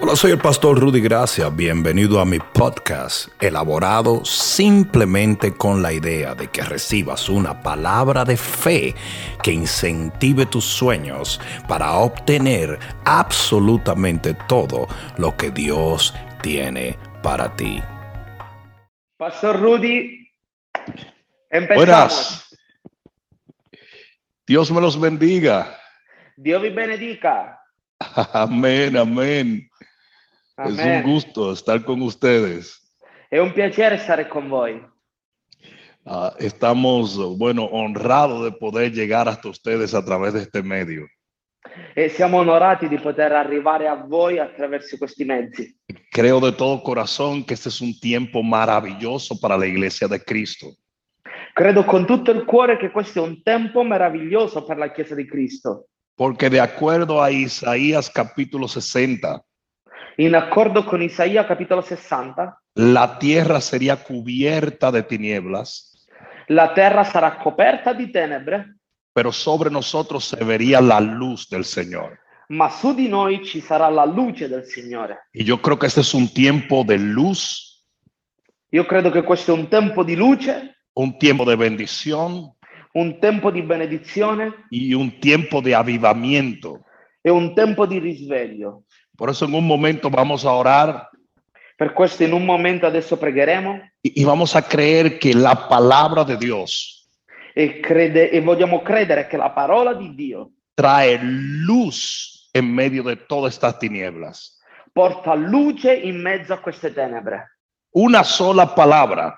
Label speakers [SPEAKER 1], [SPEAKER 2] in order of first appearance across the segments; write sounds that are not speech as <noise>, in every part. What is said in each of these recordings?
[SPEAKER 1] Hola, soy el pastor Rudy Gracia. Bienvenido a mi podcast, elaborado simplemente con la idea de que recibas una palabra de fe que incentive tus sueños para obtener absolutamente todo lo que Dios tiene para ti.
[SPEAKER 2] Pastor Rudy, empezamos.
[SPEAKER 3] Buenas. Dios me los bendiga.
[SPEAKER 2] Dios me bendiga.
[SPEAKER 3] <laughs> Amén, amén. Es un
[SPEAKER 2] Amén.
[SPEAKER 3] gusto estar con ustedes.
[SPEAKER 2] È un piacere stare con voi.
[SPEAKER 3] Ah, estamos, bueno, honrados de poder llegar hasta ustedes a través de este medio.
[SPEAKER 2] E siamo onorati di poter arrivare a voi attraverso questi mezzi.
[SPEAKER 3] Creo de todo corazón que este es un tiempo maravilloso para la iglesia de Cristo.
[SPEAKER 2] Credo con tutto il cuore che questo è un tempo meraviglioso per la Chiesa di Cristo.
[SPEAKER 3] Porque de acuerdo a Isaías capítulo 60,
[SPEAKER 2] In accordo con Isaia capitolo 60,
[SPEAKER 3] la tierra sería cubierta de tinieblas,
[SPEAKER 2] la terra sarà coperta di tenebre,
[SPEAKER 3] pero sobre nosotros se vería la luz del Señor.
[SPEAKER 2] ma su di noi ci sarà la luce del Signore.
[SPEAKER 3] Y yo creo que este es un tiempo de luz,
[SPEAKER 2] Io credo che questo è un tempo di luce,
[SPEAKER 3] un tiempo de bendición
[SPEAKER 2] un tempo di benedizione
[SPEAKER 3] y un tiempo de avivamiento.
[SPEAKER 2] e un tempo di risveglio.
[SPEAKER 3] Por eso en un momento vamos a orar
[SPEAKER 2] Per questo in un momento adesso pregheremo
[SPEAKER 3] y y vamos a creer que la palabra de Dios
[SPEAKER 2] e, crede- e vogliamo credere che la parola di Dio
[SPEAKER 3] trae luz en medio de todas estas tinieblas.
[SPEAKER 2] porta luce in mezzo a queste tenebre.
[SPEAKER 3] Una sola palabra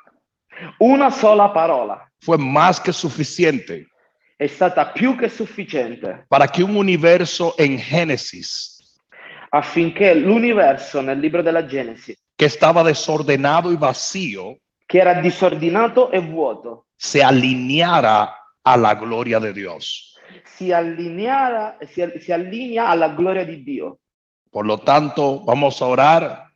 [SPEAKER 2] Una sola parola
[SPEAKER 3] fue más que suficiente
[SPEAKER 2] è stata più che sufficiente
[SPEAKER 3] para que un universo en Génesis,
[SPEAKER 2] affinché l'universo nel libro della Genesi,
[SPEAKER 3] que estaba desordenado y vacío,
[SPEAKER 2] che era disordinato e vuoto,
[SPEAKER 3] se alineara a la gloria de Dios.
[SPEAKER 2] si, allineara- si, al- si allinea alla gloria di Dio.
[SPEAKER 3] Por lo tanto, vamos a orar,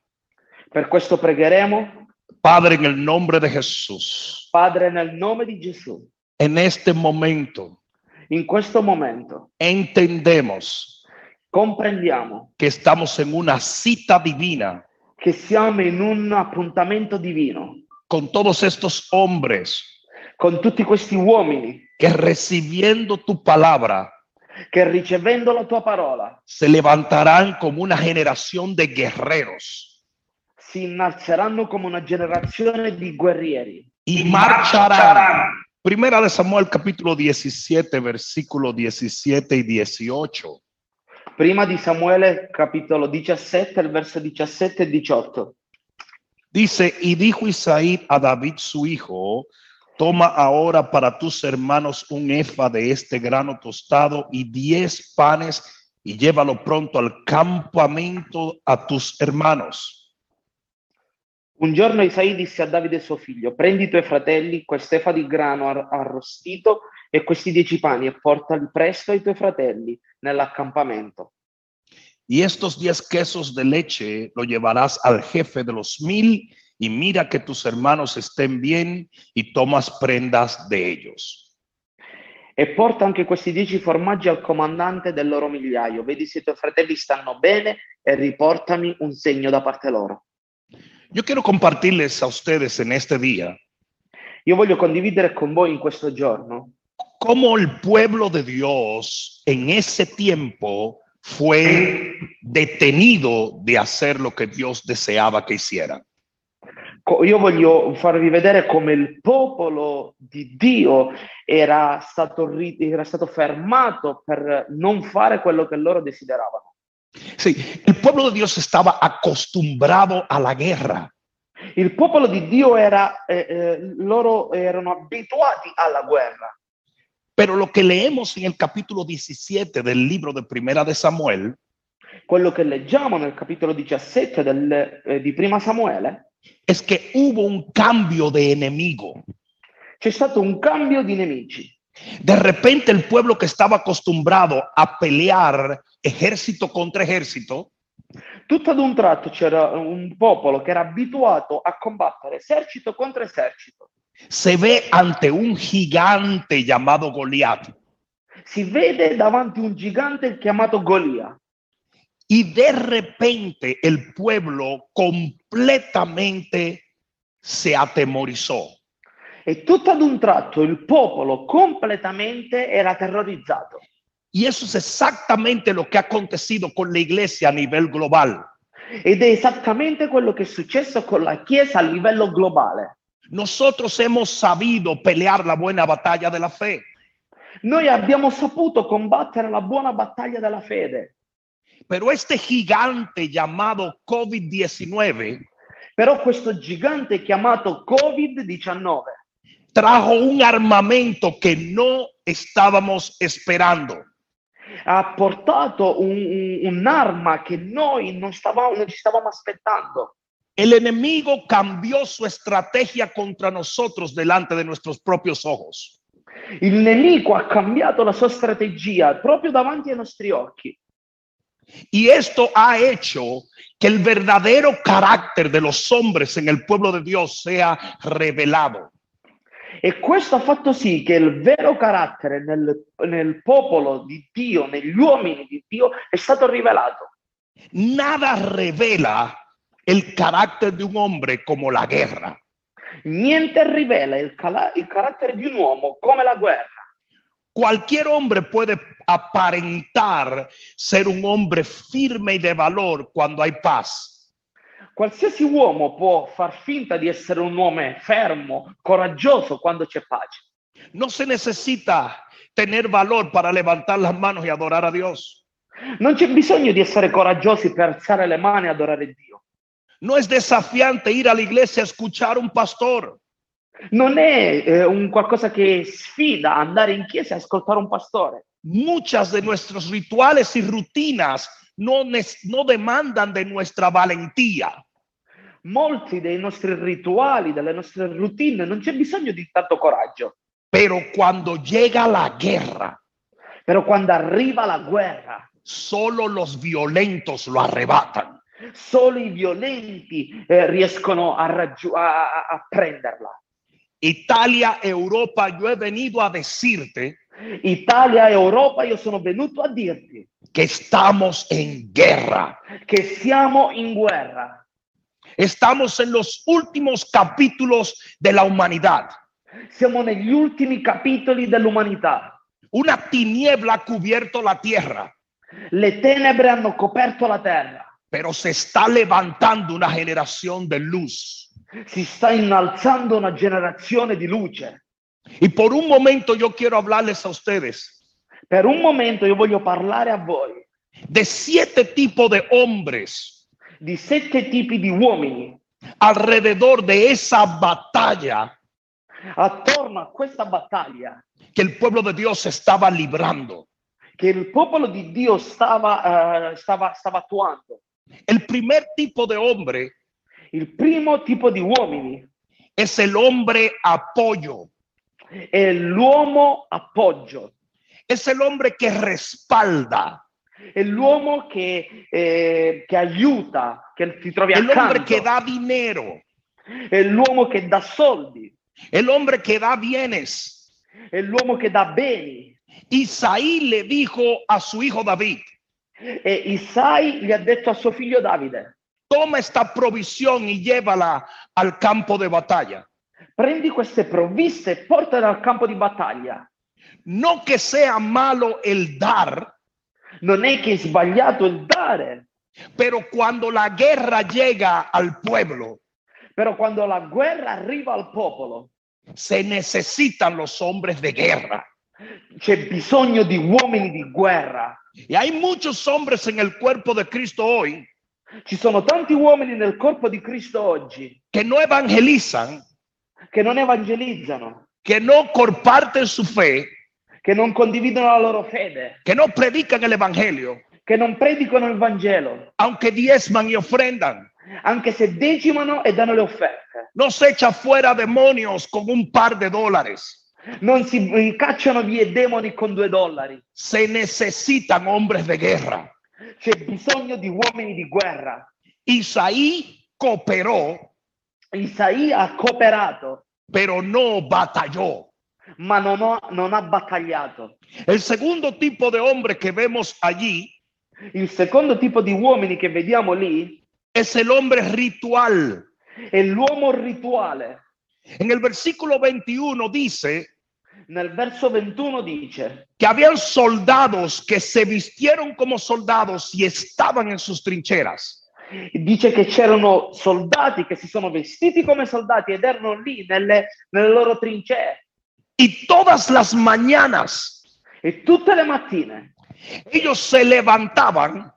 [SPEAKER 2] Per questo pregheremo,
[SPEAKER 3] Padre, en el nombre de Jesús,
[SPEAKER 2] Padre, nel nome di Gesù.
[SPEAKER 3] en este momento
[SPEAKER 2] In questo momento
[SPEAKER 3] entendemos
[SPEAKER 2] comprendiamo
[SPEAKER 3] que estamos en una cita divina
[SPEAKER 2] che siamo in un appuntamento divino
[SPEAKER 3] con todos estos hombres
[SPEAKER 2] con tutti questi uomini
[SPEAKER 3] que recibiendo tu palabra
[SPEAKER 2] che ricevendo la tua parola
[SPEAKER 3] se levantarán como una generación de guerreros
[SPEAKER 2] si innalzeranno come una generazione di guerrieri
[SPEAKER 3] y marcharán. Primera de Samuel capítulo 17, versículo 17 y 18.
[SPEAKER 2] prima di Samuele capitolo 17 il verso 17 e 18
[SPEAKER 3] Dice, y dijo Isaí a David su hijo, toma ahora para tus hermanos un efa de este grano tostado y diez panes y llévalo pronto al campamento a tus hermanos.
[SPEAKER 2] un giorno Isaì disse a Davide suo figlio prendi i tuoi fratelli quest'efa di grano ar- arrostito e questi dieci pani e portali presto ai tuoi fratelli nell'accampamento
[SPEAKER 3] Y estos diez quesos de leche lo llevarás al jefe de los mil y mira que tus hermanos estén bien y tomas prendas de ellos.
[SPEAKER 2] e porta anche questi dieci formaggi al comandante del loro migliaio vedi se i tuoi fratelli stanno bene e riportami un segno da parte loro
[SPEAKER 3] Yo quiero compartirles a ustedes en este día
[SPEAKER 2] Io voglio condividere con voi in questo giorno
[SPEAKER 3] cómo el pueblo de Dios en ese tiempo fue detenido de hacer lo que Dios deseaba que hiciera.
[SPEAKER 2] co- io voglio farvi vedere come il popolo di Dio era stato, ri- era stato fermato per non fare quello che loro desideravano.
[SPEAKER 3] Sí, el pueblo de Dios estaba acostumbrado a la guerra.
[SPEAKER 2] Il popolo di Dio era, eh, eh, loro erano abituati alla guerra,
[SPEAKER 3] Pero lo que leemos en el capítulo 17 del libro de Primera de Samuel
[SPEAKER 2] quello che leggiamo nel capitolo 17 del, eh, di Prima Samuele,
[SPEAKER 3] es que hubo un cambio de enemigo.
[SPEAKER 2] c'è stato un cambio di nemici.
[SPEAKER 3] De repente el pueblo que estaba acostumbrado a pelear ejército contra ejército,
[SPEAKER 2] Tutto ad un tratto c'era un popolo che era abituato a combattere esercito contro esercito.
[SPEAKER 3] se ve ante un gigante llamado Goliat
[SPEAKER 2] si vede davanti un gigante chiamato Golia
[SPEAKER 3] Y de repente el pueblo completamente se atemorizó.
[SPEAKER 2] E tutto ad un tratto il popolo completamente era terrorizzato.
[SPEAKER 3] Y eso es exactamente lo que ha acontecido con la iglesia a nivel global.
[SPEAKER 2] Ed è esattamente quello che è successo con la Chiesa a livello globale.
[SPEAKER 3] Nosotros hemos sabido pelear la buena batalla de la fe,
[SPEAKER 2] Noi abbiamo saputo combattere la buona battaglia della fede,
[SPEAKER 3] pero este gigante llamado COVID-19
[SPEAKER 2] però questo gigante chiamato Covid-19
[SPEAKER 3] trajo un armamento que no estábamos esperando.
[SPEAKER 2] ha portato un- un- un'arma che noi non, stavamo, non ci stavamo aspettando.
[SPEAKER 3] El enemigo cambió su estrategia contra nosotros delante de nuestros propios ojos.
[SPEAKER 2] Il nemico ha cambiato la sua strategia proprio davanti ai nostri occhi
[SPEAKER 3] Y esto ha hecho que el verdadero carácter de los hombres en el pueblo de Dios sea revelado.
[SPEAKER 2] e questo ha fatto sì che il vero carattere nel, nel popolo di Dio, negli uomini di Dio, è stato rivelato.
[SPEAKER 3] Nada revela el carácter de un hombre como la guerra.
[SPEAKER 2] Niente rivela il, cala- il carattere di un uomo come la guerra.
[SPEAKER 3] Cualquier hombre puede aparentar ser un hombre firme y de valor cuando hay paz.
[SPEAKER 2] Qualsiasi uomo può far finta di essere un uomo fermo, coraggioso quando c'è pace.
[SPEAKER 3] No se necesita tener valor para levantar las manos y adorar a Dios.
[SPEAKER 2] Non c'è bisogno di essere coraggiosi per alzare le mani e adorare Dio.
[SPEAKER 3] No es desafiante ir a la iglesia a escuchar a un pastor.
[SPEAKER 2] Non è eh, un qualcosa che sfida andare in chiesa e ascoltare un pastore.
[SPEAKER 3] Muchas de nuestros rituales y rutinas no, nes- no demandan de nuestra valentía.
[SPEAKER 2] Molti dei nostri rituali, delle nostre routine, non c'è bisogno di tanto coraggio.
[SPEAKER 3] Pero cuando llega la guerra,
[SPEAKER 2] Però quando arriva la guerra,
[SPEAKER 3] solo los violentos lo arrebatan.
[SPEAKER 2] solo i violenti eh, riescono a, raggiu- a- a- a prenderla.
[SPEAKER 3] Italia, Europa, yo he venido a decirte
[SPEAKER 2] Italia e Europa, io sono venuto a dirti
[SPEAKER 3] que estamos en guerra.
[SPEAKER 2] che siamo in guerra.
[SPEAKER 3] Estamos en los últimos capítulos de la humanidad.
[SPEAKER 2] Siamo negli ultimi capitoli dell'umanità.
[SPEAKER 3] Una tiniebla ha cubierto la tierra,
[SPEAKER 2] Le tenebre hanno coperto la terra.
[SPEAKER 3] pero se está levantando una generación de luz.
[SPEAKER 2] Si sta innalzando una generazione di luce.
[SPEAKER 3] Y por un momento yo quiero hablarles a ustedes
[SPEAKER 2] Per un momento io voglio parlare a voi
[SPEAKER 3] de siete tipos de hombres
[SPEAKER 2] di sette tipi di uomini
[SPEAKER 3] alrededor de esa batalla
[SPEAKER 2] attorno a questa battaglia
[SPEAKER 3] que el pueblo de Dios estaba librando.
[SPEAKER 2] che il popolo di Dio stava, eh, stava, stava attuando.
[SPEAKER 3] El primer tipo de hombre
[SPEAKER 2] Il primo tipo di uomini
[SPEAKER 3] es el hombre apoyo,
[SPEAKER 2] è l'uomo appoggio,
[SPEAKER 3] es el hombre que respalda,
[SPEAKER 2] è l'uomo che, eh, che aiuta, che ti trovi
[SPEAKER 3] el hombre que
[SPEAKER 2] accanto.
[SPEAKER 3] da dinero,
[SPEAKER 2] è l'uomo che dà soldi,
[SPEAKER 3] el hombre que da bienes.
[SPEAKER 2] è l'uomo che dà beni.
[SPEAKER 3] Isaí le dijo a su hijo David,
[SPEAKER 2] E Isai gli ha detto a suo figlio Davide,
[SPEAKER 3] toma esta provisión y llévala al campo de batalla.
[SPEAKER 2] prendi queste provviste e portale al campo di battaglia.
[SPEAKER 3] No que sea malo el dar,
[SPEAKER 2] Non è che è sbagliato il dare,
[SPEAKER 3] pero cuando la guerra llega al pueblo,
[SPEAKER 2] però quando la guerra arriva al popolo
[SPEAKER 3] se necesitan los hombres de guerra.
[SPEAKER 2] c'è bisogno di uomini di guerra.
[SPEAKER 3] Y hay muchos hombres en el cuerpo de Cristo hoy
[SPEAKER 2] Ci sono tanti uomini nel corpo di Cristo oggi
[SPEAKER 3] que no evangelizan,
[SPEAKER 2] che non evangelizzano,
[SPEAKER 3] que no comparten su fe,
[SPEAKER 2] che non condividono la loro fede,
[SPEAKER 3] que no predican il evangelio,
[SPEAKER 2] che non predicano il Vangelo,
[SPEAKER 3] aunque diezman y ofrendan.
[SPEAKER 2] anche se decimano e danno le offerte.
[SPEAKER 3] No se echa fuera demonios con un par de dólares.
[SPEAKER 2] non si eh, cacciano via i demoni con due dollari.
[SPEAKER 3] Se necesitan hombres de guerra.
[SPEAKER 2] C'è bisogno di uomini di guerra.
[SPEAKER 3] Isaí cooperó,
[SPEAKER 2] Isaia ha cooperato,
[SPEAKER 3] pero no batalló.
[SPEAKER 2] ma non, ho- non ha battagliato.
[SPEAKER 3] El segundo tipo de hombre que vemos allí
[SPEAKER 2] Il secondo tipo di uomini che vediamo lì
[SPEAKER 3] es el hombre ritual.
[SPEAKER 2] è l'uomo rituale.
[SPEAKER 3] En el versículo 21 dice
[SPEAKER 2] Nel verso 21 dice,
[SPEAKER 3] que habían soldados que se vistieron como soldados y estaban en sus trincheras.
[SPEAKER 2] dice che c'erano soldati che si sono vestiti come soldati ed erano lì nelle, nelle loro trincee.
[SPEAKER 3] Y todas las mañanas
[SPEAKER 2] E tutte le mattine
[SPEAKER 3] ellos se levantaban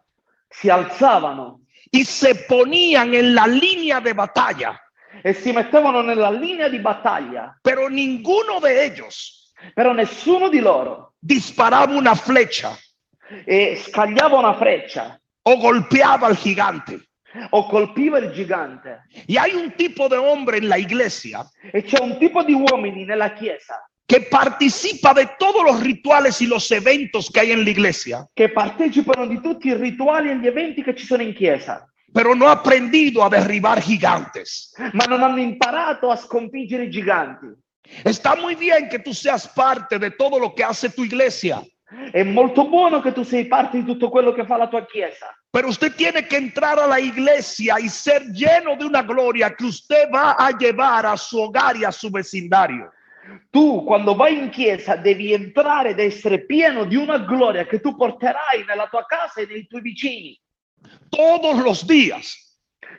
[SPEAKER 2] si alzavano
[SPEAKER 3] y se ponían en la línea de batalla,
[SPEAKER 2] e si mettevano nella linea di battaglia,
[SPEAKER 3] pero ninguno de ellos
[SPEAKER 2] però nessuno di loro
[SPEAKER 3] disparaba una flecha
[SPEAKER 2] e scagliava una freccia
[SPEAKER 3] o golpeaba al gigante.
[SPEAKER 2] o colpiva il gigante.
[SPEAKER 3] Y hay un tipo de hombre en la iglesia
[SPEAKER 2] E c'è un tipo di uomini nella chiesa
[SPEAKER 3] que participa de todos los rituales y los eventos que hay en la iglesia,
[SPEAKER 2] che partecipano di tutti i rituali e gli eventi che ci sono in chiesa,
[SPEAKER 3] pero no ha aprendido a derribar gigantes.
[SPEAKER 2] ma non hanno imparato a sconfiggere i giganti.
[SPEAKER 3] Está muy bien que tú seas parte de todo lo que hace tu iglesia,
[SPEAKER 2] È molto buono che tu sei parte di tutto quello che fa la tua chiesa,
[SPEAKER 3] pero usted tiene que entrar a la iglesia y ser lleno de una gloria que usted va a llevar a su hogar y a su vecindario.
[SPEAKER 2] Tu quando vai in chiesa devi entrare ed essere pieno di una gloria che tu porterai nella tua casa e nei tuoi vicini.
[SPEAKER 3] Todos los días,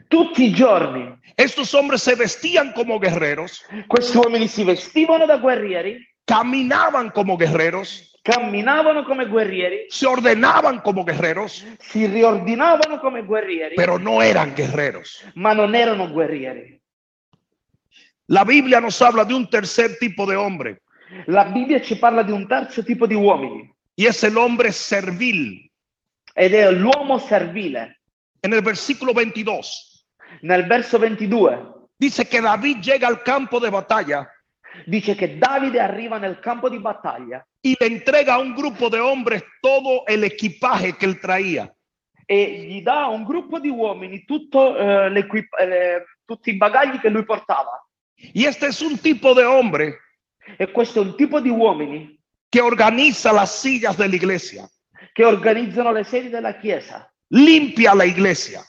[SPEAKER 2] Tutti i giorni
[SPEAKER 3] estos hombres se vestían como guerreros,
[SPEAKER 2] questi uomini si vestivano da guerrieri,
[SPEAKER 3] caminaban como guerreros,
[SPEAKER 2] camminavano come guerrieri,
[SPEAKER 3] se ordenaban como guerreros,
[SPEAKER 2] si riordinavano come guerrieri,
[SPEAKER 3] pero no eran guerreros.
[SPEAKER 2] ma non erano guerrieri.
[SPEAKER 3] La Biblia nos habla de un tercer tipo de hombre
[SPEAKER 2] La Bibbia ci parla di un terzo tipo di uomini
[SPEAKER 3] y es el hombre servil.
[SPEAKER 2] ed è l'uomo servile.
[SPEAKER 3] En el versículo 22
[SPEAKER 2] Nel verso 22
[SPEAKER 3] Dice que David llega al campo de batalla
[SPEAKER 2] dice che Davide arriva nel campo di battaglia
[SPEAKER 3] y le entrega a un grupo de hombres todo el equipaje que él traía.
[SPEAKER 2] e gli dà a un gruppo di uomini tutto, eh, l'equip- eh, le- tutti i bagagli che lui portava.
[SPEAKER 3] Y este es un tipo de hombre
[SPEAKER 2] E questo è un tipo di uomini
[SPEAKER 3] que organiza las sillas de la iglesia,
[SPEAKER 2] che organizzano le sedi della chiesa,
[SPEAKER 3] limpia la iglesia,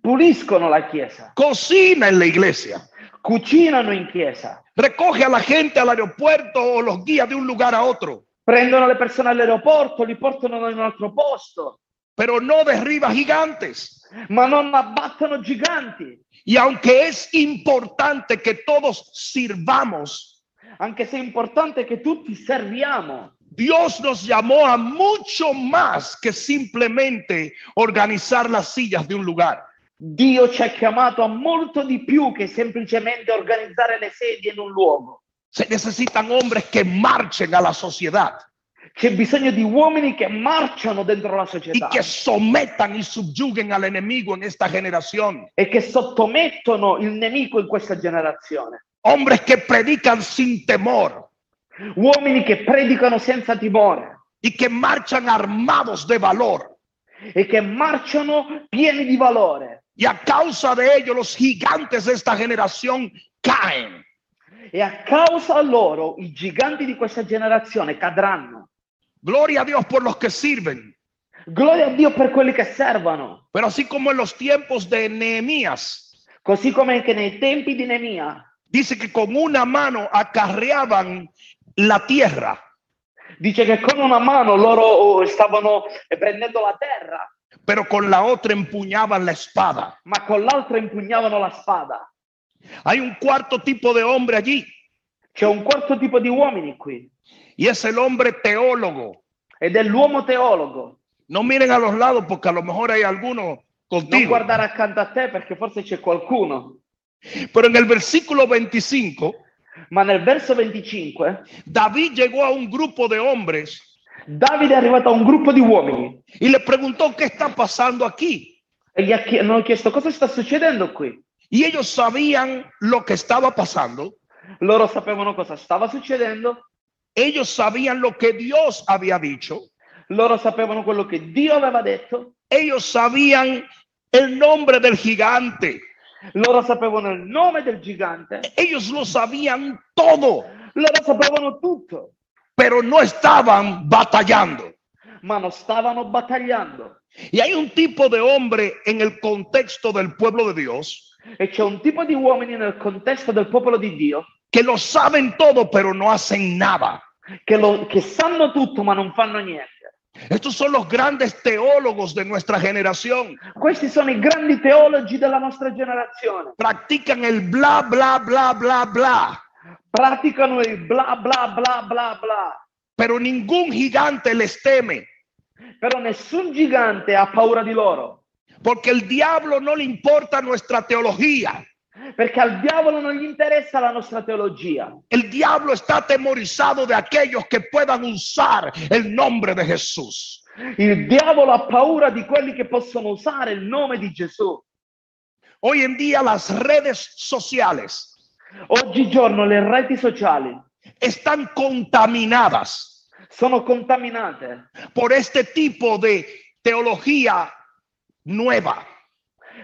[SPEAKER 2] puliscono la chiesa,
[SPEAKER 3] cocina en la iglesia,
[SPEAKER 2] cucinano in chiesa,
[SPEAKER 3] recoge a la gente al aeropuerto o los guía de un lugar a otro,
[SPEAKER 2] prendono le persone all'aeroporto, li portano in un altro posto,
[SPEAKER 3] pero no derriba gigantes.
[SPEAKER 2] ma non abbattono giganti.
[SPEAKER 3] Y aunque es importante que todos sirvamos,
[SPEAKER 2] Anche se è importante che tutti serviamo,
[SPEAKER 3] Dios nos llamó a mucho más que simplemente organizar las sillas de un lugar.
[SPEAKER 2] Dio ci ha chiamato a molto di più che semplicemente organizzare le sedi in un luogo.
[SPEAKER 3] Se necesitan hombres que marchen a la sociedad
[SPEAKER 2] C'è bisogno di uomini che marciano dentro la
[SPEAKER 3] y
[SPEAKER 2] società.
[SPEAKER 3] que sometan y subyuguen al enemigo en esta generación.
[SPEAKER 2] e che sottomettono il nemico in questa generazione.
[SPEAKER 3] Hombres que predican sin temor
[SPEAKER 2] Uomini che predicano senza timore
[SPEAKER 3] y que marchan armados de valor.
[SPEAKER 2] e che marciano pieni di valore.
[SPEAKER 3] Y a causa de ello los gigantes de esta generación caen.
[SPEAKER 2] E a causa loro i giganti di questa generazione cadranno.
[SPEAKER 3] Gloria a Dios por los que sirven.
[SPEAKER 2] Gloria a Dio per quelli che servono.
[SPEAKER 3] Pero así como en los tiempos de Nehemías,
[SPEAKER 2] Così come anche nei tempi di Nemia
[SPEAKER 3] Dice que con una mano acarreaban la tierra,
[SPEAKER 2] dice che con una mano loro oh, stavano eh, prendendo la terra,
[SPEAKER 3] pero con la otra empuñaban la espada.
[SPEAKER 2] ma con l'altra impugnavano la spada.
[SPEAKER 3] Hay un cuarto tipo de hombre allí
[SPEAKER 2] C'è un quarto tipo di uomini qui
[SPEAKER 3] y es el hombre teólogo.
[SPEAKER 2] ed è l'uomo teologo.
[SPEAKER 3] No miren a los lados porque a lo mejor hay alguno
[SPEAKER 2] Non
[SPEAKER 3] contigo.
[SPEAKER 2] guardare accanto a te perché forse c'è qualcuno.
[SPEAKER 3] Pero en el versículo 25,
[SPEAKER 2] Ma nel verso 25
[SPEAKER 3] David llegó a un grupo de hombres
[SPEAKER 2] Davide è arrivato a un gruppo di uomini
[SPEAKER 3] y le preguntó qué está pasando aquí.
[SPEAKER 2] e gli ha chie- hanno chiesto cosa sta succedendo qui.
[SPEAKER 3] Y ellos sabían lo que estaba pasando.
[SPEAKER 2] Loro sapevano cosa stava succedendo,
[SPEAKER 3] Ellos sabían lo que Dios había dicho.
[SPEAKER 2] loro sapevano quello che Dio aveva detto,
[SPEAKER 3] Ellos sabían el nombre del gigante.
[SPEAKER 2] loro sapevano il nome del gigante,
[SPEAKER 3] Ellos lo sabían todo,
[SPEAKER 2] loro sapevano tutto,
[SPEAKER 3] pero no estaban batallando.
[SPEAKER 2] ma non stavano battagliando.
[SPEAKER 3] Y hay un tipo de hombre en el contexto del pueblo de Dios
[SPEAKER 2] E c'è un tipo di uomini nel contesto del popolo di Dio
[SPEAKER 3] que lo saben todo, pero no hacen nada.
[SPEAKER 2] che, lo- che sanno tutto ma non fanno niente.
[SPEAKER 3] Estos son los grandes teólogos de nuestra generación.
[SPEAKER 2] Questi sono i grandi teologi della nostra generazione.
[SPEAKER 3] Practican el bla, bla, bla, bla, bla.
[SPEAKER 2] Praticano il bla bla bla bla bla.
[SPEAKER 3] Pero ningún gigante les teme,
[SPEAKER 2] Però nessun gigante ha paura di loro.
[SPEAKER 3] porque el diablo no le importa nuestra teología.
[SPEAKER 2] Perché al diavolo non gli interessa la nostra teologia.
[SPEAKER 3] El diablo está atemorizado de aquellos que puedan usar el nombre de Jesús.
[SPEAKER 2] Il diavolo ha paura di quelli che possono usare il nome di Gesù.
[SPEAKER 3] Hoy en día las redes sociales
[SPEAKER 2] Oggigiorno le reti sociali
[SPEAKER 3] están contaminadas
[SPEAKER 2] sono contaminate
[SPEAKER 3] por este tipo de teología nueva,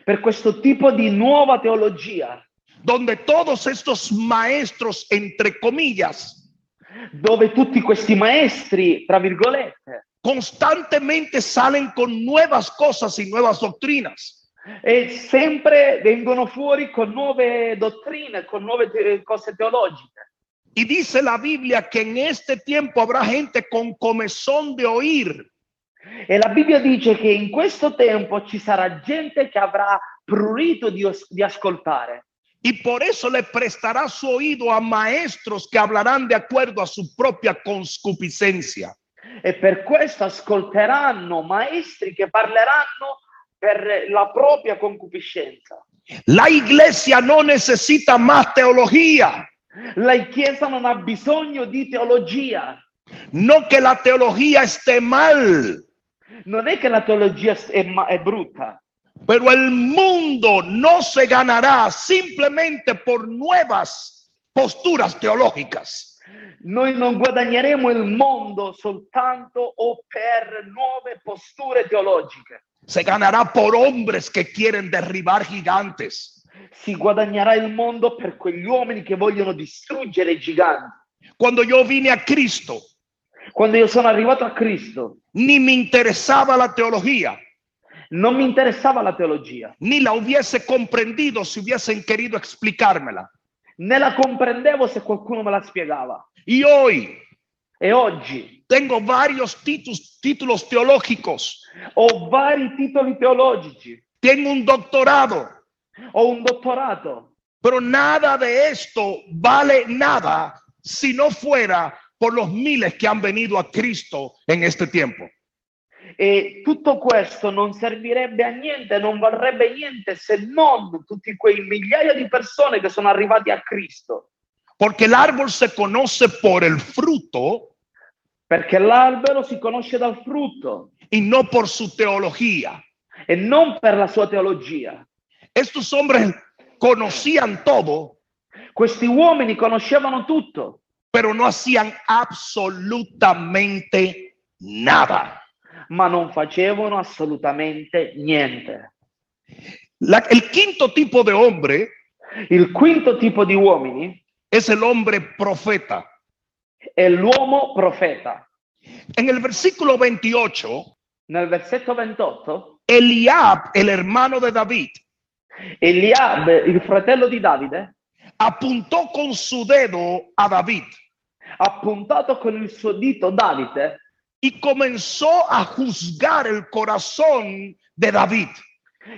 [SPEAKER 2] per questo tipo di nuova teologia,
[SPEAKER 3] donde todos estos maestros, entre comillas,
[SPEAKER 2] dove tutti questi maestri, tra virgolette,
[SPEAKER 3] constantemente salen con nuevas cosas y nuevas doctrinas.
[SPEAKER 2] e sempre vengono fuori con nuove dottrine, con nuove te- cose teologiche.
[SPEAKER 3] Y dice la Biblia que en este tiempo habrá gente con comezón de oír
[SPEAKER 2] E la Bibbia dice che in questo tempo ci sarà gente che avrà prurito di, os- di ascoltare
[SPEAKER 3] Y por eso le prestará su oído a maestros que hablarán de acuerdo a su propia concupiscencia.
[SPEAKER 2] e per questo ascolteranno maestri che parleranno per la propria concupiscenza.
[SPEAKER 3] La iglesia no necesita más teología,
[SPEAKER 2] La Chiesa non ha bisogno di teologia,
[SPEAKER 3] no que la teología esté mal,
[SPEAKER 2] non è che la teologia s- è, ma- è brutta,
[SPEAKER 3] pero el mundo no se ganará simplemente por nuevas posturas teológicas.
[SPEAKER 2] noi non guadagneremo il mondo soltanto o per nuove posture teologiche,
[SPEAKER 3] Se ganará por hombres que quieren derribar gigantes.
[SPEAKER 2] si guadagnerà il mondo per quegli uomini che vogliono distruggere i giganti.
[SPEAKER 3] Cuando yo vine a Cristo,
[SPEAKER 2] Quando io sono arrivato a Cristo
[SPEAKER 3] ni me interesaba la teología.
[SPEAKER 2] non mi interessava la teologia,
[SPEAKER 3] ni la hubiese comprendido si hubiesen querido explicármela.
[SPEAKER 2] né la comprendevo se qualcuno me la spiegava.
[SPEAKER 3] Y hoy
[SPEAKER 2] E oggi
[SPEAKER 3] tengo varios títulos, títulos teológicos,
[SPEAKER 2] ho vari titoli teologici,
[SPEAKER 3] tengo un doctorado,
[SPEAKER 2] ho un dottorato,
[SPEAKER 3] pero nada de esto vale nada si no fuera por los miles que han venido a Cristo en este tiempo.
[SPEAKER 2] E tutto questo non servirebbe a niente, non varrebbe niente se non tutti quei migliaia di persone che sono arrivati a Cristo.
[SPEAKER 3] Porque el árbol se conoce por el fruto
[SPEAKER 2] Perché l'albero si conosce dal frutto
[SPEAKER 3] y no por su teología.
[SPEAKER 2] e non per la sua teologia.
[SPEAKER 3] Estos hombres conocían todo,
[SPEAKER 2] Questi uomini conoscevano tutto,
[SPEAKER 3] pero no hacían absolutamente nada.
[SPEAKER 2] ma non facevano assolutamente niente.
[SPEAKER 3] La- el quinto tipo de hombre
[SPEAKER 2] Il quinto tipo di uomini
[SPEAKER 3] es el hombre profeta.
[SPEAKER 2] è l'uomo profeta.
[SPEAKER 3] En el versículo 28,
[SPEAKER 2] Nel versetto 28,
[SPEAKER 3] Eliab, el hermano de David,
[SPEAKER 2] Eliab, il fratello di Davide,
[SPEAKER 3] apuntó con su dedo a David
[SPEAKER 2] ha puntato con il suo dito Davide
[SPEAKER 3] y comenzó a juzgar el corazón de David.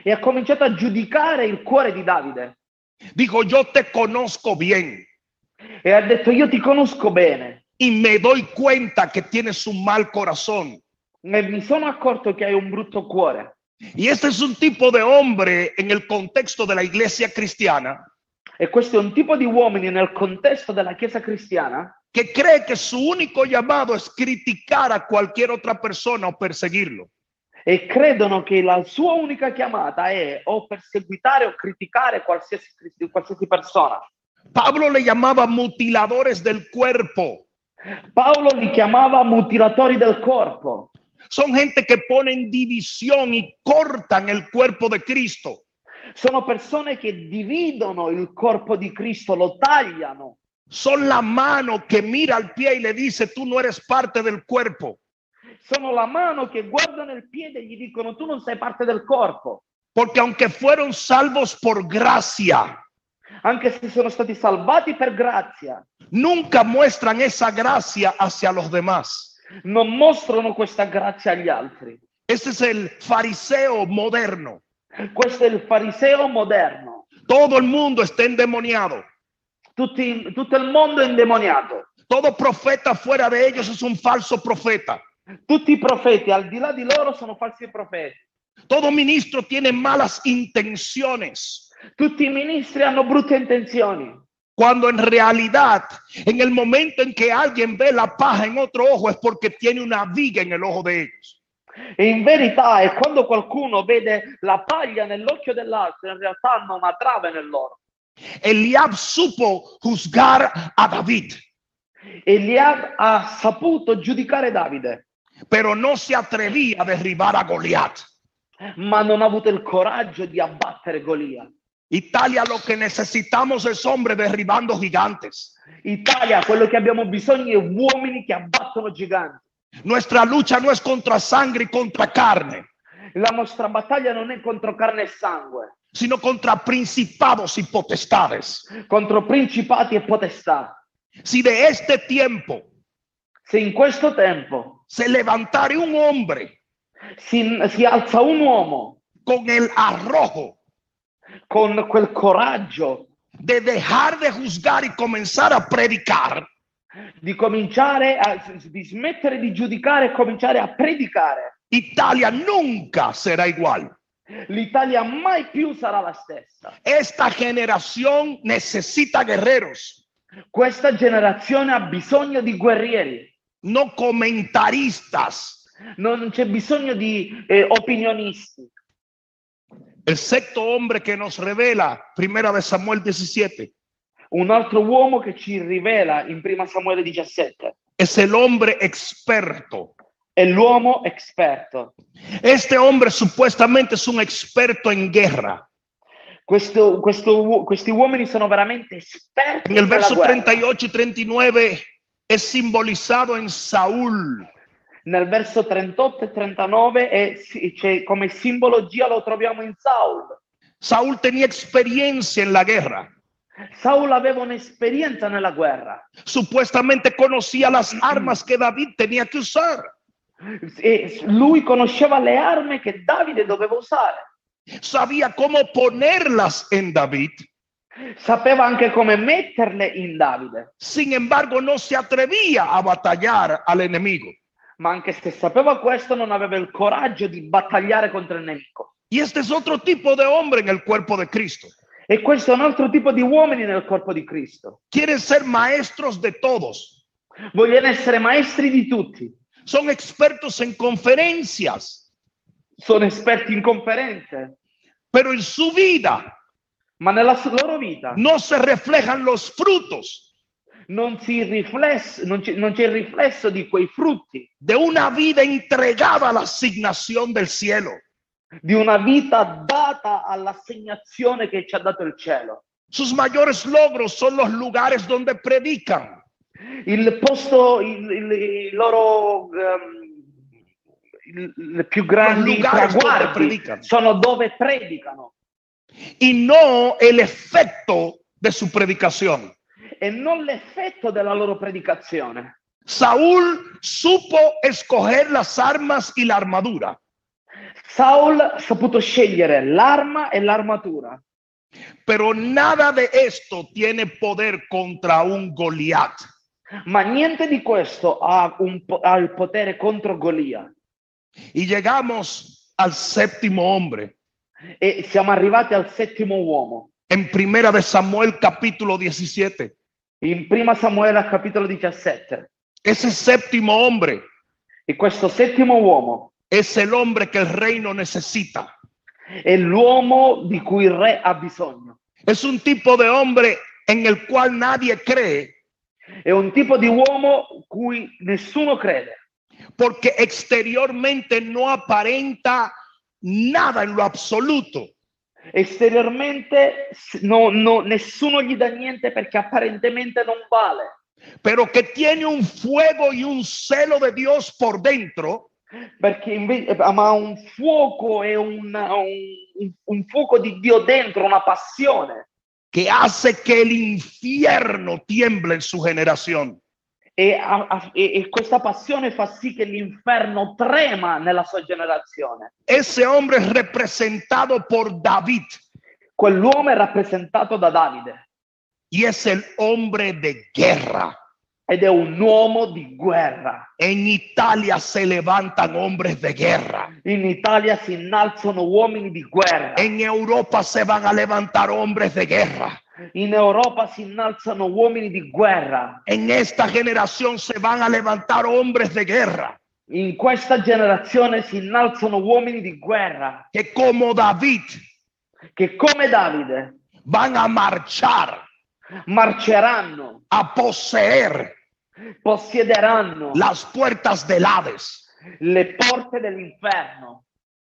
[SPEAKER 2] e ha cominciato a giudicare il cuore di Davide
[SPEAKER 3] Dijo, yo te conozco bien
[SPEAKER 2] e ha detto io ti conosco bene
[SPEAKER 3] y me doy cuenta que tienes un mal corazón.
[SPEAKER 2] e mi sono accorto che hai un brutto cuore
[SPEAKER 3] Y este es un tipo de hombre en el contexto de la iglesia cristiana
[SPEAKER 2] e questo è un tipo di uomini nel contesto della chiesa cristiana
[SPEAKER 3] que cree que su único llamado es criticar a cualquier otra persona o perseguirlo.
[SPEAKER 2] e credono che la sua unica chiamata è o perseguitare o criticare qualsiasi, qualsiasi persona.
[SPEAKER 3] Pablo le llamaba mutiladores del cuerpo.
[SPEAKER 2] Paolo li chiamava mutilatori del corpo,
[SPEAKER 3] Son gente que ponen división y cortan el cuerpo de Cristo.
[SPEAKER 2] sono persone che dividono il corpo di Cristo, lo tagliano,
[SPEAKER 3] Son la mano que mira al pie y le dice, tú no eres parte del cuerpo.
[SPEAKER 2] sono la mano che guardano il piede e gli dicono tu non sei parte del corpo,
[SPEAKER 3] Porque aunque fueron salvos por gracia,
[SPEAKER 2] anche se sono stati salvati per grazia,
[SPEAKER 3] nunca muestran esa gracia hacia los demás.
[SPEAKER 2] non mostrano questa grazia agli altri.
[SPEAKER 3] Ese es el fariseo moderno.
[SPEAKER 2] Questo è il fariseo moderno.
[SPEAKER 3] Todo el mundo está endemoniado.
[SPEAKER 2] Tutti- tutto il mondo è indemoniato.
[SPEAKER 3] Todo profeta fuera de ellos es un falso profeta.
[SPEAKER 2] Tutti i profeti, al di là di loro, sono falsi profeti.
[SPEAKER 3] Todo ministro tiene malas intenciones.
[SPEAKER 2] Tutti i ministri hanno brutte intenzioni.
[SPEAKER 3] Cuando en realidad, en el momento en que alguien ve la paja en otro ojo, es porque tiene una viga en el ojo de ellos.
[SPEAKER 2] E in verità è quando qualcuno vede la paglia nell'occhio dell'altro, in realtà hanno una trave nel loro.
[SPEAKER 3] Eliab supo juzgar a David,
[SPEAKER 2] Eliab ha saputo giudicare Davide,
[SPEAKER 3] pero no se atrevía a derribar a Goliat.
[SPEAKER 2] ma non ha avuto il coraggio di abbattere Golia.
[SPEAKER 3] Italia, lo que necesitamos es hombre derribando gigantes.
[SPEAKER 2] Italia, quello che abbiamo bisogno è uomini che abbattono giganti.
[SPEAKER 3] Nuestra lucha no es contra sangre y contra carne,
[SPEAKER 2] La nostra battaglia non è contro carne e sangue,
[SPEAKER 3] sino contra principados y potestades.
[SPEAKER 2] contro principati e potestà.
[SPEAKER 3] Si de este tiempo
[SPEAKER 2] Se in questo tempo
[SPEAKER 3] se levantare un hombre
[SPEAKER 2] si, si alza un uomo
[SPEAKER 3] con el arrojo
[SPEAKER 2] con quel coraggio
[SPEAKER 3] de dejar de juzgar y comenzar a predicar,
[SPEAKER 2] di cominciare a di smettere di giudicare e cominciare a predicare,
[SPEAKER 3] Italia nunca será igual.
[SPEAKER 2] l'Italia mai più sarà la stessa.
[SPEAKER 3] Esta generación necesita guerreros,
[SPEAKER 2] Questa generazione ha bisogno di guerrieri,
[SPEAKER 3] no comentaristas.
[SPEAKER 2] non c'è bisogno di eh, opinionisti.
[SPEAKER 3] El sexto hombre que nos revela, primera de Samuel 17,
[SPEAKER 2] Un altro uomo che ci rivela in 1 Samuele 17
[SPEAKER 3] es el hombre experto.
[SPEAKER 2] è l'uomo esperto.
[SPEAKER 3] Este hombre supuestamente es un experto en guerra.
[SPEAKER 2] Questo, questo uo- questi uomini sono veramente esperti
[SPEAKER 3] En el
[SPEAKER 2] della
[SPEAKER 3] verso
[SPEAKER 2] guerra.
[SPEAKER 3] 38 y 39 es simbolizado en Saúl.
[SPEAKER 2] Nel verso 38 e 39 è, si- c'è- come simbologia lo troviamo in Saul.
[SPEAKER 3] Saúl tenía experiencia en la guerra.
[SPEAKER 2] Saul aveva un'esperienza nella guerra
[SPEAKER 3] Supuestamente conocía las armas que David tenía que usar.
[SPEAKER 2] e lui conosceva le armi che Davide doveva usare.
[SPEAKER 3] Sabía cómo ponerlas en David.
[SPEAKER 2] Sapeva anche come metterle in Davide,
[SPEAKER 3] Sin embargo, no se atrevía a batallar al enemigo.
[SPEAKER 2] ma anche se sapeva questo non aveva il coraggio di battagliare contro il nemico.
[SPEAKER 3] Y este es otro tipo de hombre en el cuerpo de Cristo.
[SPEAKER 2] E questo è un altro tipo di uomini nel corpo di Cristo.
[SPEAKER 3] Quieren ser maestros de todos.
[SPEAKER 2] Vogliono essere maestri di tutti,
[SPEAKER 3] Son expertos en conferencias,
[SPEAKER 2] sono esperti in conferenze,
[SPEAKER 3] pero en su vida
[SPEAKER 2] ma nella su- loro vita
[SPEAKER 3] no se reflejan los frutos
[SPEAKER 2] non, si rifless- non c'è- non c'è il riflesso di quei frutti
[SPEAKER 3] de una vida entregada a la asignación del cielo.
[SPEAKER 2] di una vita data all'assegnazione che ci ha dato il cielo.
[SPEAKER 3] Sus mayores logros son los lugares donde predican.
[SPEAKER 2] Il posto, il, il- i loro ehm, il- le più grandi
[SPEAKER 3] Lugar dove
[SPEAKER 2] traguardi
[SPEAKER 3] predicano.
[SPEAKER 2] sono dove predicano
[SPEAKER 3] y no el efecto de su predicación.
[SPEAKER 2] e non l'effetto della loro predicazione.
[SPEAKER 3] Saúl supo escoger las armas y la armadura,
[SPEAKER 2] Saul ha saputo scegliere l'arma e l'armatura,
[SPEAKER 3] pero nada de esto tiene poder contra un Goliat.
[SPEAKER 2] ma niente di questo ha, un po- ha il potere contro Golia.
[SPEAKER 3] Y llegamos al séptimo hombre
[SPEAKER 2] E siamo arrivati al settimo uomo.
[SPEAKER 3] en Primera de Samuel capítulo 17.
[SPEAKER 2] In prima Samuele al capitolo 17.
[SPEAKER 3] Ese séptimo hombre
[SPEAKER 2] E questo settimo uomo
[SPEAKER 3] es el hombre que el reino necesita.
[SPEAKER 2] è l'uomo di cui il re ha bisogno.
[SPEAKER 3] Es un tipo de hombre en el cual nadie cree
[SPEAKER 2] È un tipo di uomo cui nessuno crede,
[SPEAKER 3] porque exteriormente no aparenta nada en lo absoluto,
[SPEAKER 2] esteriormente s- no- no- nessuno gli dà niente perché apparentemente non vale,
[SPEAKER 3] pero que tiene un fuego y un celo de Dios por dentro,
[SPEAKER 2] perché invece, ma ha un fuoco e una- un, un fuoco di Dio dentro, una passione,
[SPEAKER 3] que hace que el infierno tiemble en su generación.
[SPEAKER 2] e, ha- ha- e- e questa passione fa sì che l'inferno trema nella sua generazione.
[SPEAKER 3] Ese hombre es representado por David
[SPEAKER 2] Quell'uomo è rappresentato da Davide
[SPEAKER 3] y es el hombre de guerra.
[SPEAKER 2] ed è un uomo di guerra.
[SPEAKER 3] En Italia se levantan hombres de guerra.
[SPEAKER 2] In Italia si innalzano uomini di guerra,
[SPEAKER 3] En Europa se van a levantar hombres de guerra.
[SPEAKER 2] in Europa si innalzano uomini di guerra,
[SPEAKER 3] En esta generación se van a levantar hombres de guerra
[SPEAKER 2] in questa generazione si innalzano uomini di guerra
[SPEAKER 3] que como David
[SPEAKER 2] che come Davide
[SPEAKER 3] van a marchar
[SPEAKER 2] marceranno
[SPEAKER 3] a poseer
[SPEAKER 2] possiederanno
[SPEAKER 3] las puertas del Hades.
[SPEAKER 2] le porte dell'inferno.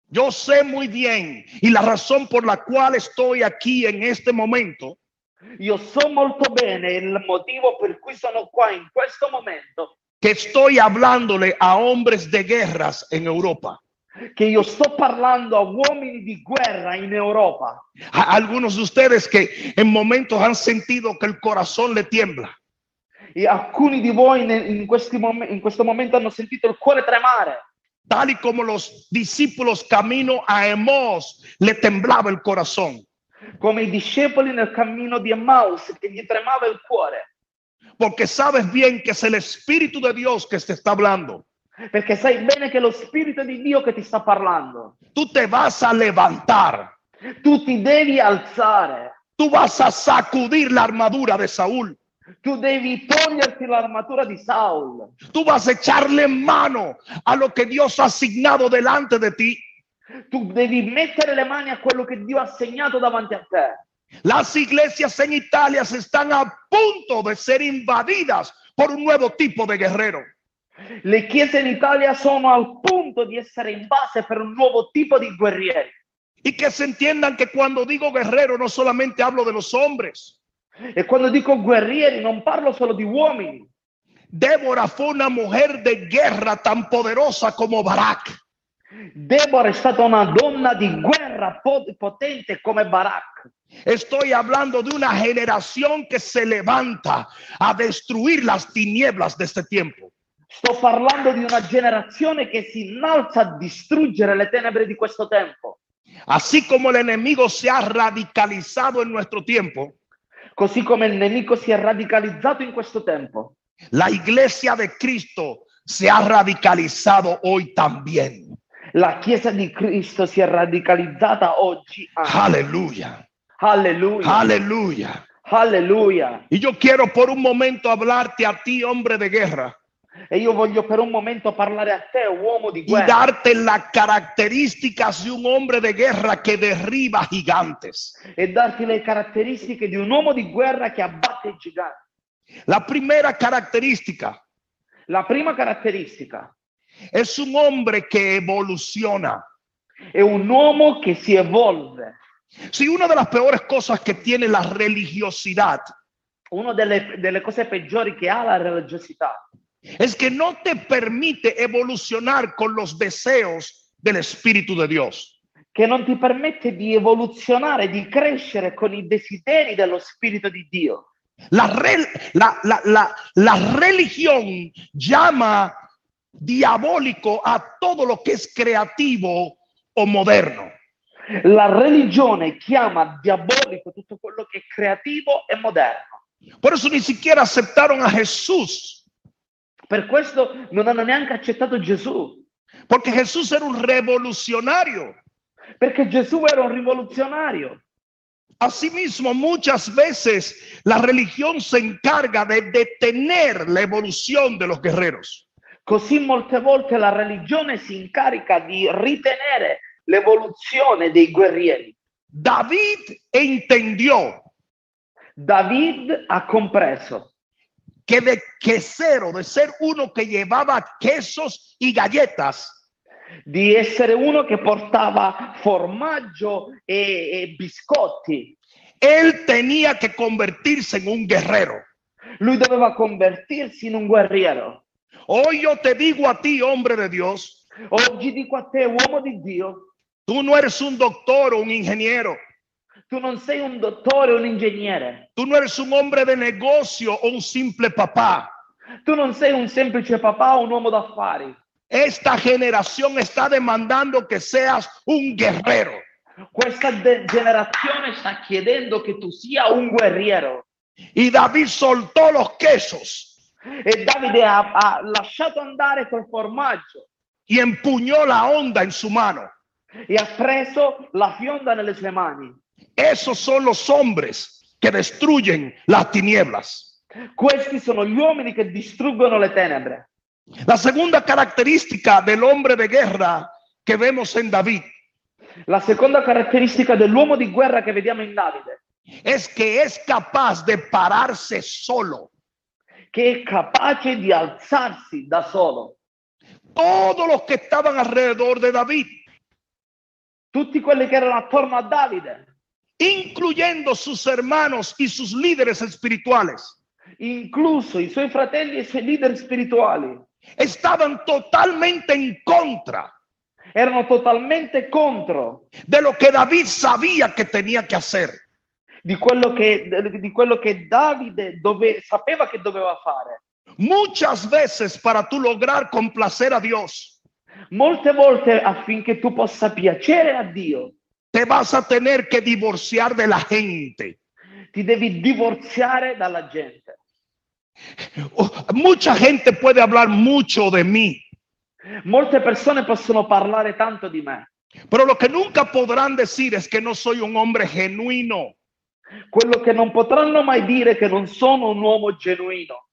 [SPEAKER 3] Yo sé muy bien y la razón por la cual estoy aquí en este momento
[SPEAKER 2] Io so molto bene il motivo per cui sono qua in questo momento,
[SPEAKER 3] que estoy hablándole a hombres de guerras en Europa.
[SPEAKER 2] che io sto parlando a uomini di guerra in Europa,
[SPEAKER 3] A- algunos de ustedes que en momentos han sentido que el corazón le tiembla.
[SPEAKER 2] e alcuni di voi ne- in, questi mom- in questo momento hanno sentito il cuore tremare,
[SPEAKER 3] Tal y como los discípulos camino a Emos le temblaba el corazón,
[SPEAKER 2] come i discepoli nel cammino di Emmaus, che gli tremava il cuore,
[SPEAKER 3] porque sabes bien que es el Espíritu de Dios que te está hablando.
[SPEAKER 2] perché sai bene che è lo Spirito di Dio che ti sta parlando.
[SPEAKER 3] Tú te vas a levantar,
[SPEAKER 2] Tu ti devi alzare,
[SPEAKER 3] tú vas a sacudir la armadura de Saúl,
[SPEAKER 2] tu devi toglierti l'armatura di Saul.
[SPEAKER 3] tú vas a echarle mano a lo que Dios ha asignado delante de ti.
[SPEAKER 2] Tu devi mettere le mani a quello che Dio ha segnato davanti a te.
[SPEAKER 3] Las iglesias en Italia se están a punto de ser invadidas por un nuevo tipo de guerrero.
[SPEAKER 2] Le chiese in Italia sono al punto di essere in base per un nuovo tipo di guerrieri.
[SPEAKER 3] Y que se entiendan que cuando digo guerrero no solamente hablo de los hombres.
[SPEAKER 2] E quando dico guerrieri non parlo solo di uomini.
[SPEAKER 3] Débora fue una mujer de guerra tan poderosa como Barak.
[SPEAKER 2] Deborah è stata una donna di guerra po- potente come Barak.
[SPEAKER 3] Estoy hablando de una generación que se levanta a destruir las tinieblas de este tiempo.
[SPEAKER 2] Sto parlando di una generazione che si innalza a distruggere le tenebre di questo tempo.
[SPEAKER 3] Así como el enemigo se ha radicalizado en nuestro tiempo,
[SPEAKER 2] Così come il nemico si è radicalizzato in questo tempo.
[SPEAKER 3] la iglesia de Cristo se ha radicalizado hoy también.
[SPEAKER 2] La Chiesa di Cristo si è radicalizzata oggi. anche.
[SPEAKER 3] Aleluya,
[SPEAKER 2] Alleluia.
[SPEAKER 3] aleluya.
[SPEAKER 2] Alleluia.
[SPEAKER 3] Y yo quiero por un momento hablarte a ti, hombre de guerra,
[SPEAKER 2] E io voglio per un momento parlare a te, uomo di
[SPEAKER 3] y
[SPEAKER 2] guerra,
[SPEAKER 3] darte las características de un hombre de guerra que derriba gigantes.
[SPEAKER 2] e darti le caratteristiche di un uomo di guerra che abbatte i giganti.
[SPEAKER 3] La primera característica
[SPEAKER 2] La prima caratteristica
[SPEAKER 3] es un hombre que evoluciona.
[SPEAKER 2] è un uomo che si evolve.
[SPEAKER 3] Si una de las peores cosas que tiene la religiosidad
[SPEAKER 2] Una delle, delle cose peggiori che ha la religiosità
[SPEAKER 3] es que no te permite evolucionar con los deseos del Espíritu de Dios.
[SPEAKER 2] che non ti permette di evoluzionare, di crescere con i desideri dello Spirito di Dio.
[SPEAKER 3] La, rel- la- la- la- la religión llama diabólico a todo lo que es creativo o moderno.
[SPEAKER 2] La religione chiama diabolico tutto quello che è creativo e moderno.
[SPEAKER 3] Por eso ni siquiera aceptaron a Jesús,
[SPEAKER 2] Per questo non hanno neanche accettato Gesù.
[SPEAKER 3] porque Jesús era un revolucionario.
[SPEAKER 2] Perché Gesù era un rivoluzionario.
[SPEAKER 3] Asimismo, muchas veces la religión se encarga de detener la evolución de los guerreros.
[SPEAKER 2] Così molte volte la religione si incarica di ritenere l'evoluzione dei guerrieri.
[SPEAKER 3] David entendió
[SPEAKER 2] David ha compreso
[SPEAKER 3] que de quesero, de ser uno que llevaba quesos y galletas,
[SPEAKER 2] di essere uno che portava formaggio e, e biscotti.
[SPEAKER 3] él tenía que convertirse en un guerrero.
[SPEAKER 2] Lui doveva convertirsi in un guerriero.
[SPEAKER 3] Hoy yo te digo a ti, hombre de Dios,
[SPEAKER 2] Oggi dico a te, uomo di Dio,
[SPEAKER 3] tú no eres un doctor o un ingeniero,
[SPEAKER 2] tu non sei un dottore, un ingegnere,
[SPEAKER 3] tú no eres un hombre de negocio o un simple papá.
[SPEAKER 2] tu non sei un semplice papà o un uomo d'affari.
[SPEAKER 3] Esta generación está demandando que seas un guerrero.
[SPEAKER 2] Questa de- generazione sta chiedendo che tu sia un guerriero.
[SPEAKER 3] Y David soltó los quesos
[SPEAKER 2] E Davide ha, ha lasciato andare quel formaggio
[SPEAKER 3] y empuñó la onda en su mano.
[SPEAKER 2] e ha preso la fionda nelle sue mani.
[SPEAKER 3] Esos son los hombres que destruyen las tinieblas.
[SPEAKER 2] Questi sono gli uomini che distruggono le tenebre.
[SPEAKER 3] La segunda característica del hombre de guerra que vemos en David
[SPEAKER 2] La seconda caratteristica dell'uomo di guerra che vediamo in Davide,
[SPEAKER 3] es que es capaz de pararse solo.
[SPEAKER 2] che è capace di alzarsi da solo.
[SPEAKER 3] Todos los que estaban alrededor de David,
[SPEAKER 2] Tutti quelli che erano attorno a Davide,
[SPEAKER 3] incluyendo sus hermanos y sus líderes espirituales,
[SPEAKER 2] incluso i suoi fratelli e i suoi leader spirituali,
[SPEAKER 3] estaban totalmente en contra
[SPEAKER 2] erano totalmente contro
[SPEAKER 3] de lo que David sabía que tenía que hacer.
[SPEAKER 2] di quello che, di quello che Davide dove- sapeva che doveva fare.
[SPEAKER 3] Muchas veces para tú lograr complacer a Dios,
[SPEAKER 2] Molte volte affinché tu possa piacere a Dio,
[SPEAKER 3] te vas a tener que divorciar de la gente.
[SPEAKER 2] ti devi divorziare dalla gente.
[SPEAKER 3] Oh, Mucha gente puede hablar mucho de mí,
[SPEAKER 2] Molte persone possono parlare tanto di me,
[SPEAKER 3] pero lo que nunca podrán decir es que no soy un hombre genuino.
[SPEAKER 2] quello che non potranno mai dire che non sono un uomo genuino.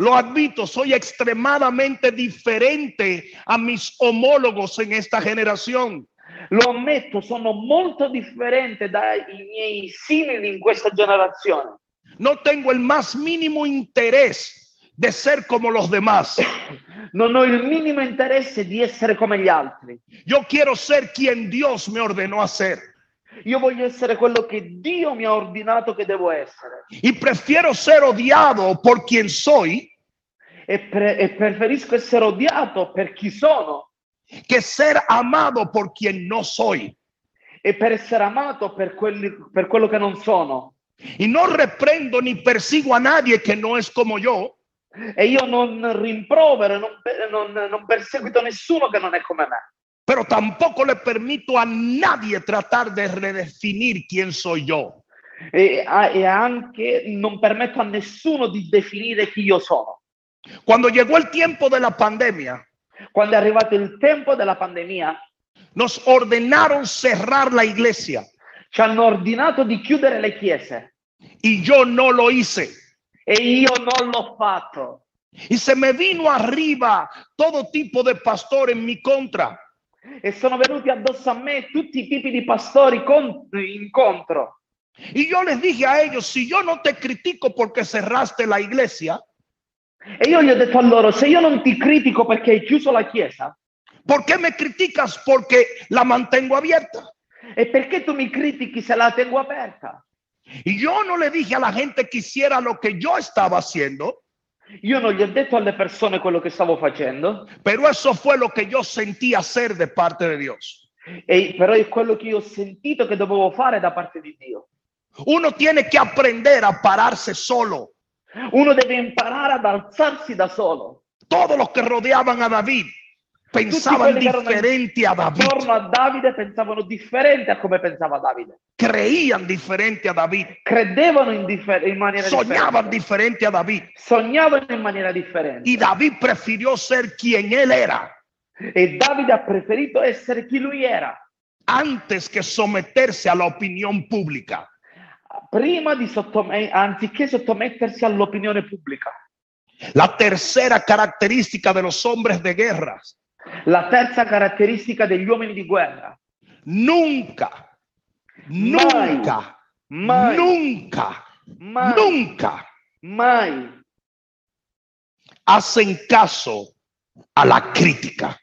[SPEAKER 3] Lo admito, soy extremadamente diferente a mis homólogos en esta generación.
[SPEAKER 2] Lo ammetto, sono molto differente dai miei simili in questa generazione.
[SPEAKER 3] No tengo el más mínimo interés de ser como los demás.
[SPEAKER 2] Non ho il minimo interesse di essere come gli altri.
[SPEAKER 3] Yo quiero ser quien Dios me ordenó hacer.
[SPEAKER 2] Io voglio essere quello che Dio mi ha ordinato che devo essere
[SPEAKER 3] Y prefiero ser odiado por quien soy
[SPEAKER 2] e, pre- e preferisco essere odiato per chi sono
[SPEAKER 3] que ser amado por quien no soy.
[SPEAKER 2] e per essere amato per, quelli- per quello che non sono.
[SPEAKER 3] Y no reprendo ni persigo a nadie que no es como yo,
[SPEAKER 2] E io non rimprovero, non, pe- non- non perseguito nessuno che non è come me.
[SPEAKER 3] pero tampoco le permito a nadie tratar de redefinir quién soy yo.
[SPEAKER 2] E, a- e anche non permetto a nessuno di definire chi io sono.
[SPEAKER 3] Cuando llegó el tiempo de la pandemia,
[SPEAKER 2] Quando è arrivato il tempo della pandemia,
[SPEAKER 3] nos ordenaron cerrar la iglesia
[SPEAKER 2] ci hanno ordinato di chiudere le chiese
[SPEAKER 3] y yo no lo hice.
[SPEAKER 2] e io non l'ho fatto.
[SPEAKER 3] Y se me vino arriba todo tipo de pastor en mi contra.
[SPEAKER 2] E sono venuti addosso a me tutti i tipi di pastori con- incontro.
[SPEAKER 3] Y yo les dije a ellos, si yo no te critico porque cerraste la iglesia,
[SPEAKER 2] E io gli ho detto a loro, se io non ti critico perché hai chiuso la chiesa,
[SPEAKER 3] ¿por qué me criticas porque la mantengo abierta?
[SPEAKER 2] e perché tu mi critichi se la tengo aperta?
[SPEAKER 3] Y yo no le dije a la gente que hiciera lo que yo estaba haciendo,
[SPEAKER 2] Io non gli ho detto alle persone quello che stavo facendo,
[SPEAKER 3] pero eso fue lo que yo sentí hacer de parte de Dios.
[SPEAKER 2] e- però è quello che io ho sentito che dovevo fare da parte di Dio.
[SPEAKER 3] Uno tiene que aprender a pararse solo.
[SPEAKER 2] Uno deve imparare ad alzarsi da solo.
[SPEAKER 3] Todos los que rodeaban a David
[SPEAKER 2] Tutti
[SPEAKER 3] pensaban
[SPEAKER 2] quelli che erano
[SPEAKER 3] diferente a David,
[SPEAKER 2] intorno a Davide pensavano differente a come pensava Davide.
[SPEAKER 3] creían diferente a David,
[SPEAKER 2] Credevano in, differ- in maniera differente.
[SPEAKER 3] soñaban diferente a David.
[SPEAKER 2] Sognavano in maniera differente.
[SPEAKER 3] Y David prefirió ser quien él era
[SPEAKER 2] E Davide ha preferito essere chi lui era
[SPEAKER 3] antes que someterse a la opinión pública.
[SPEAKER 2] prima di sottome- anziché sottomettersi all'opinione pubblica.
[SPEAKER 3] La tercera característica de los hombres de guerra,
[SPEAKER 2] La terza caratteristica degli uomini di guerra.
[SPEAKER 3] nunca,
[SPEAKER 2] Mai.
[SPEAKER 3] nunca,
[SPEAKER 2] Mai.
[SPEAKER 3] nunca,
[SPEAKER 2] Mai.
[SPEAKER 3] nunca
[SPEAKER 2] Mai
[SPEAKER 3] hacen caso a la crítica.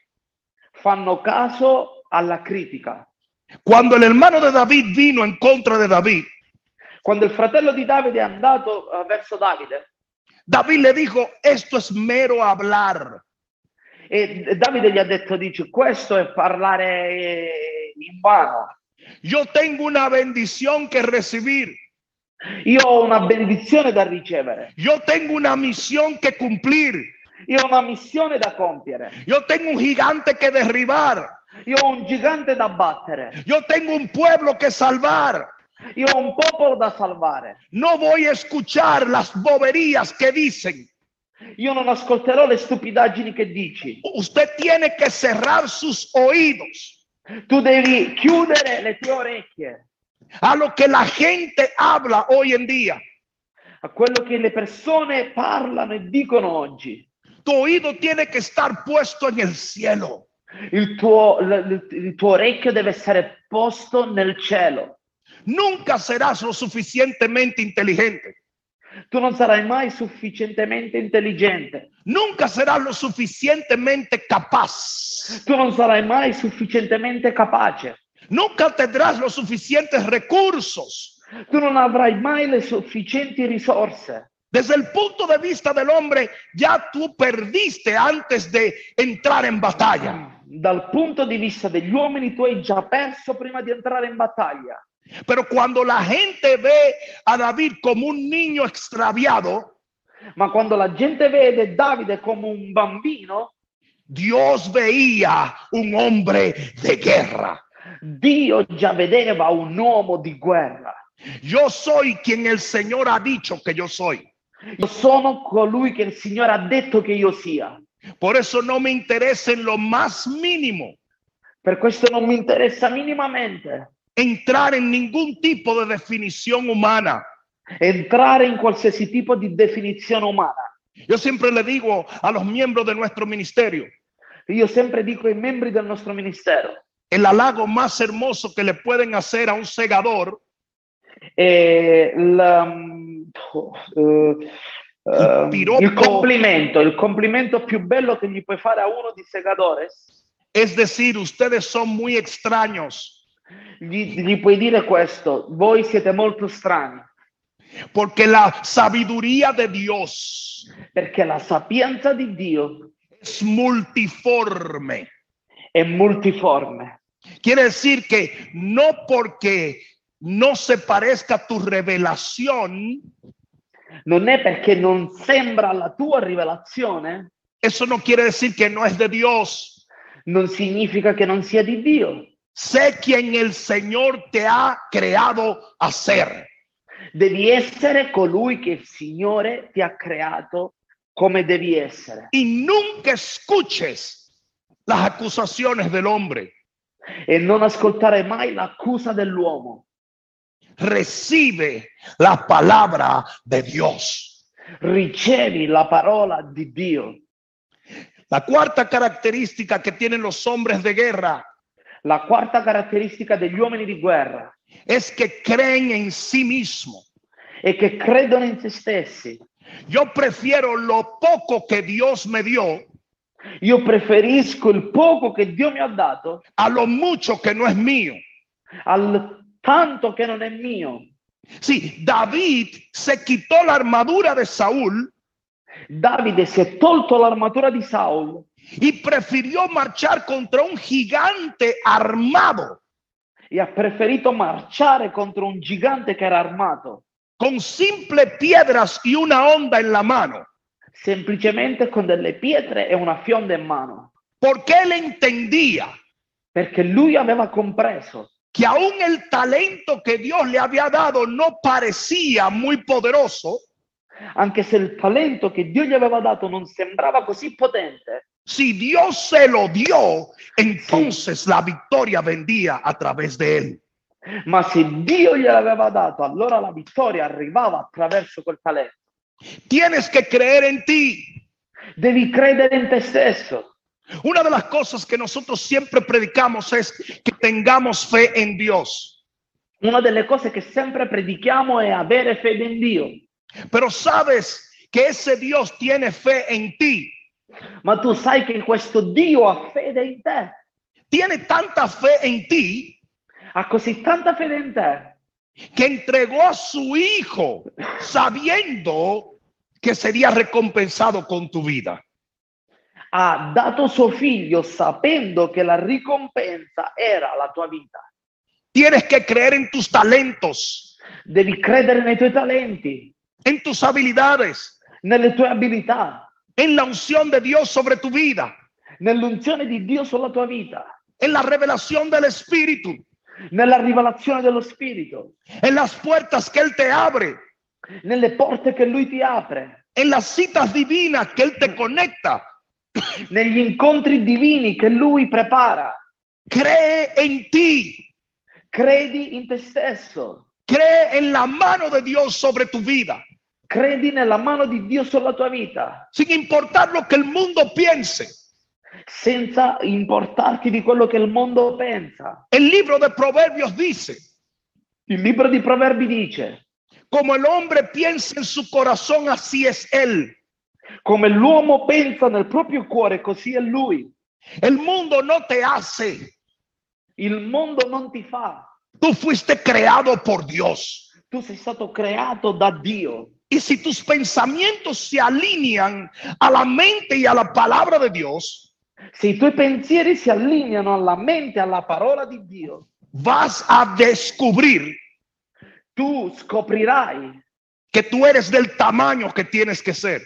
[SPEAKER 2] fanno caso alla critica.
[SPEAKER 3] Cuando el hermano de David vino en contra de David,
[SPEAKER 2] Quando il fratello di Davide è andato eh, verso Davide,
[SPEAKER 3] David le dijo, esto es mero hablar.
[SPEAKER 2] E Davide gli ha detto, dice, questo è parlare eh, in vano.
[SPEAKER 3] Yo tengo una bendición que recibir.
[SPEAKER 2] Io ho una benedizione da ricevere,
[SPEAKER 3] Yo tengo una misión que cumplir.
[SPEAKER 2] io ho una missione da compiere,
[SPEAKER 3] Yo tengo un gigante que derribar.
[SPEAKER 2] io ho un gigante da battere,
[SPEAKER 3] Yo tengo un pueblo que salvar.
[SPEAKER 2] io ho un popolo da salvare.
[SPEAKER 3] No voy a escuchar las boberías que dicen.
[SPEAKER 2] Io non ascolterò le stupidaggini che dici.
[SPEAKER 3] Usted tiene que cerrar sus oídos
[SPEAKER 2] Tu devi chiudere le tue orecchie
[SPEAKER 3] a lo que la gente habla hoy en día.
[SPEAKER 2] a quello che le persone parlano e dicono oggi.
[SPEAKER 3] Tu oído tiene que estar puesto en el cielo.
[SPEAKER 2] Il tuo, l- l- il tuo orecchio deve essere posto nel cielo.
[SPEAKER 3] Nunca serás lo suficientemente inteligente.
[SPEAKER 2] Tu non sarai mai sufficientemente intelligente.
[SPEAKER 3] Nunca serás lo suficientemente capaz.
[SPEAKER 2] Tu non sarai mai sufficientemente capace.
[SPEAKER 3] Nunca tendrás los suficientes recursos.
[SPEAKER 2] Tu non avrai mai le sufficienti risorse.
[SPEAKER 3] Desde el punto de vista del hombre, ya tú perdiste antes de entrar en batalla.
[SPEAKER 2] Dal punto di vista degli uomini, tu hai già perso prima di entrare in battaglia.
[SPEAKER 3] Pero cuando la gente ve a David como un niño extraviado,
[SPEAKER 2] Ma quando la gente vede Davide come un bambino,
[SPEAKER 3] Dios veía un hombre de guerra.
[SPEAKER 2] Dio già vedeva un uomo di guerra.
[SPEAKER 3] Yo soy quien el Señor ha dicho que yo soy.
[SPEAKER 2] Io sono colui che il Signore ha detto che io sia.
[SPEAKER 3] Por eso no me interesa en lo más mínimo
[SPEAKER 2] Per questo non mi interessa minimamente
[SPEAKER 3] entrar en ningún tipo de definición humana.
[SPEAKER 2] entrare in qualsiasi tipo di definizione umana.
[SPEAKER 3] Yo siempre le digo a los miembros de nuestro ministerio,
[SPEAKER 2] Io sempre dico ai membri del nostro ministero,
[SPEAKER 3] el halago más hermoso que le pueden hacer a un segador
[SPEAKER 2] eh, la- mm, oh, eh, ehm,
[SPEAKER 3] piroppo.
[SPEAKER 2] il complimento, il complimento più bello che gli puoi fare a uno di Segadores,
[SPEAKER 3] es decir, ustedes son muy extraños.
[SPEAKER 2] gli, gli puoi dire questo, voi siete molto strani,
[SPEAKER 3] Porque la sabiduría de Dios
[SPEAKER 2] perché la sapienza di Dio
[SPEAKER 3] es multiforme.
[SPEAKER 2] è multiforme.
[SPEAKER 3] Quiere decir que no porque no se parezca tu revelación,
[SPEAKER 2] Non è perché non sembra la tua rivelazione,
[SPEAKER 3] eso no quiere decir que no es de Dios.
[SPEAKER 2] non significa che non sia di Dio.
[SPEAKER 3] Sé quien el Señor te ha creado a ser.
[SPEAKER 2] Devi essere colui che il Signore ti ha creato come devi essere.
[SPEAKER 3] Y nunca escuches las acusaciones del hombre.
[SPEAKER 2] e non ascoltare mai l'accusa dell'uomo.
[SPEAKER 3] Recibe la palabra de Dios.
[SPEAKER 2] Ricevi la parola di Dio.
[SPEAKER 3] La cuarta característica que tienen los hombres de guerra
[SPEAKER 2] La quarta caratteristica degli uomini di guerra
[SPEAKER 3] es que creen en sí mismo.
[SPEAKER 2] è che credono in se stessi.
[SPEAKER 3] Yo prefiero lo poco que Dios me dio
[SPEAKER 2] Io preferisco il poco che Dio mi ha dato
[SPEAKER 3] a lo mucho que no es mío.
[SPEAKER 2] al tanto che non è mio.
[SPEAKER 3] Sí, David se quitó la armadura de Saúl
[SPEAKER 2] Davide si è tolto l'armatura di Saul
[SPEAKER 3] y prefirió marchar contra un gigante armado
[SPEAKER 2] e ha preferito marciare contro un gigante che era armato,
[SPEAKER 3] con simple piedras y una onda en la mano,
[SPEAKER 2] semplicemente con delle pietre e una fionda in mano,
[SPEAKER 3] porque él entendía
[SPEAKER 2] perché lui aveva compreso
[SPEAKER 3] que aún el talento que Dios le había dado no parecía muy poderoso,
[SPEAKER 2] anche se il talento che Dio gli aveva dato non sembrava così potente,
[SPEAKER 3] Si Dios se lo dio, entonces la victoria vendía a través de él.
[SPEAKER 2] ma se Dio gliel'aveva dato, allora la vittoria arrivava attraverso quel talento.
[SPEAKER 3] Tienes que creer en ti.
[SPEAKER 2] Devi credere in te stesso.
[SPEAKER 3] Una de las cosas que nosotros siempre predicamos es que tengamos fe en Dios.
[SPEAKER 2] Una delle cose che sempre predichiamo è avere fede in Dio,
[SPEAKER 3] Pero sabes que ese Dios tiene fe en ti.
[SPEAKER 2] ma tu sai che questo Dio ha fede in te,
[SPEAKER 3] Tiene tanta fe en ti
[SPEAKER 2] ha così tanta fede in te
[SPEAKER 3] que entregó a su hijo sabiendo que sería recompensado con tu vida.
[SPEAKER 2] Ha dato suo figlio sapendo che la ricompensa era la tua vita.
[SPEAKER 3] Tienes que creer en tus talentos,
[SPEAKER 2] Devi credere nei tuoi talenti,
[SPEAKER 3] en tus habilidades,
[SPEAKER 2] nelle tue abilità,
[SPEAKER 3] en la unción de Dios sobre tu vida,
[SPEAKER 2] nell'unzione di Dio sulla tua vita,
[SPEAKER 3] en la revelación del Espíritu,
[SPEAKER 2] nella rivelazione dello Spirito,
[SPEAKER 3] en las puertas que Él te abre,
[SPEAKER 2] nelle porte che Lui ti apre,
[SPEAKER 3] en las citas divinas que Él te conecta.
[SPEAKER 2] negli incontri divini che Lui prepara.
[SPEAKER 3] Cree en ti,
[SPEAKER 2] Credi in te stesso,
[SPEAKER 3] cree en la mano de Dios sobre tu vida,
[SPEAKER 2] credi nella mano di Dio sulla tua vita,
[SPEAKER 3] sin importar lo que el mundo piense.
[SPEAKER 2] senza importarti di quello che il mondo pensa.
[SPEAKER 3] El libro de Proverbios dice,
[SPEAKER 2] Il libro di Proverbi dice,
[SPEAKER 3] como el hombre piensa en su corazón, así es él.
[SPEAKER 2] come l'uomo pensa nel proprio cuore, così è lui.
[SPEAKER 3] El mundo no te hace.
[SPEAKER 2] Il mondo non ti fa,
[SPEAKER 3] Tú fuiste creado por Dios.
[SPEAKER 2] tu sei stato creato da Dio.
[SPEAKER 3] Y si tus pensamientos se alinean a la mente y a la palabra de Dios,
[SPEAKER 2] Se i tuoi pensieri si allineano alla mente, alla parola di Dio,
[SPEAKER 3] vas a descubrir
[SPEAKER 2] tu scoprirai
[SPEAKER 3] que tú eres del tamaño que tienes que ser,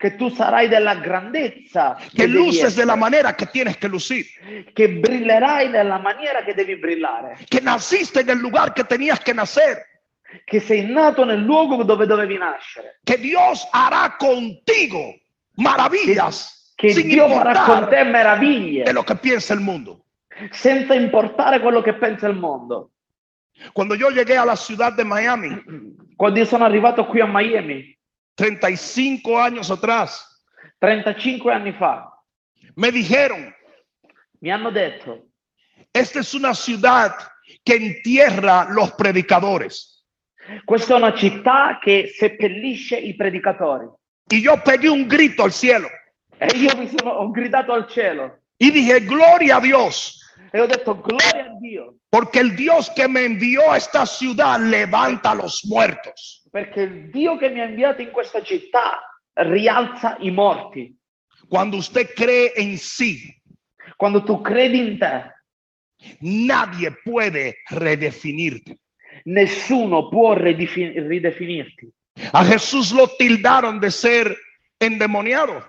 [SPEAKER 2] che tu sarai della grandezza,
[SPEAKER 3] que
[SPEAKER 2] devi
[SPEAKER 3] luces de la
[SPEAKER 2] essere,
[SPEAKER 3] manera que tienes que lucir,
[SPEAKER 2] che brillerai nella maniera che devi brillare,
[SPEAKER 3] que naciste en el lugar que tenías que nacer,
[SPEAKER 2] che sei nato nel luogo dove dovevi nascere.
[SPEAKER 3] que Dios hará contigo maravillas
[SPEAKER 2] che
[SPEAKER 3] sin
[SPEAKER 2] Dio farà con
[SPEAKER 3] importar
[SPEAKER 2] te
[SPEAKER 3] de
[SPEAKER 2] meraviglie
[SPEAKER 3] lo que piensa el mundo.
[SPEAKER 2] senza importare quello che pensa il mondo.
[SPEAKER 3] Cuando yo llegué a la ciudad de Miami,
[SPEAKER 2] Quando io sono arrivato qui a Miami
[SPEAKER 3] 35 años atrás,
[SPEAKER 2] 35 anni fa,
[SPEAKER 3] me dijeron,
[SPEAKER 2] mi hanno detto
[SPEAKER 3] esta es una ciudad que entierra los predicadores.
[SPEAKER 2] questa è una città che seppellisce i predicatori
[SPEAKER 3] Y yo pegué un grito al cielo
[SPEAKER 2] e io mi sono, ho gridato al cielo
[SPEAKER 3] y dije, gloria a Dios,
[SPEAKER 2] e ho detto gloria a Dio
[SPEAKER 3] porque el Dios que me envió a esta ciudad levanta a los muertos.
[SPEAKER 2] perché il Dio che mi ha inviato in questa città rialza i morti
[SPEAKER 3] Cuando usted cree en sí,
[SPEAKER 2] quando tu credi in te
[SPEAKER 3] nadie puede redefinirte.
[SPEAKER 2] nessuno può ridefi- ridefinirti
[SPEAKER 3] A Jesús lo tildaron de ser endemoniado.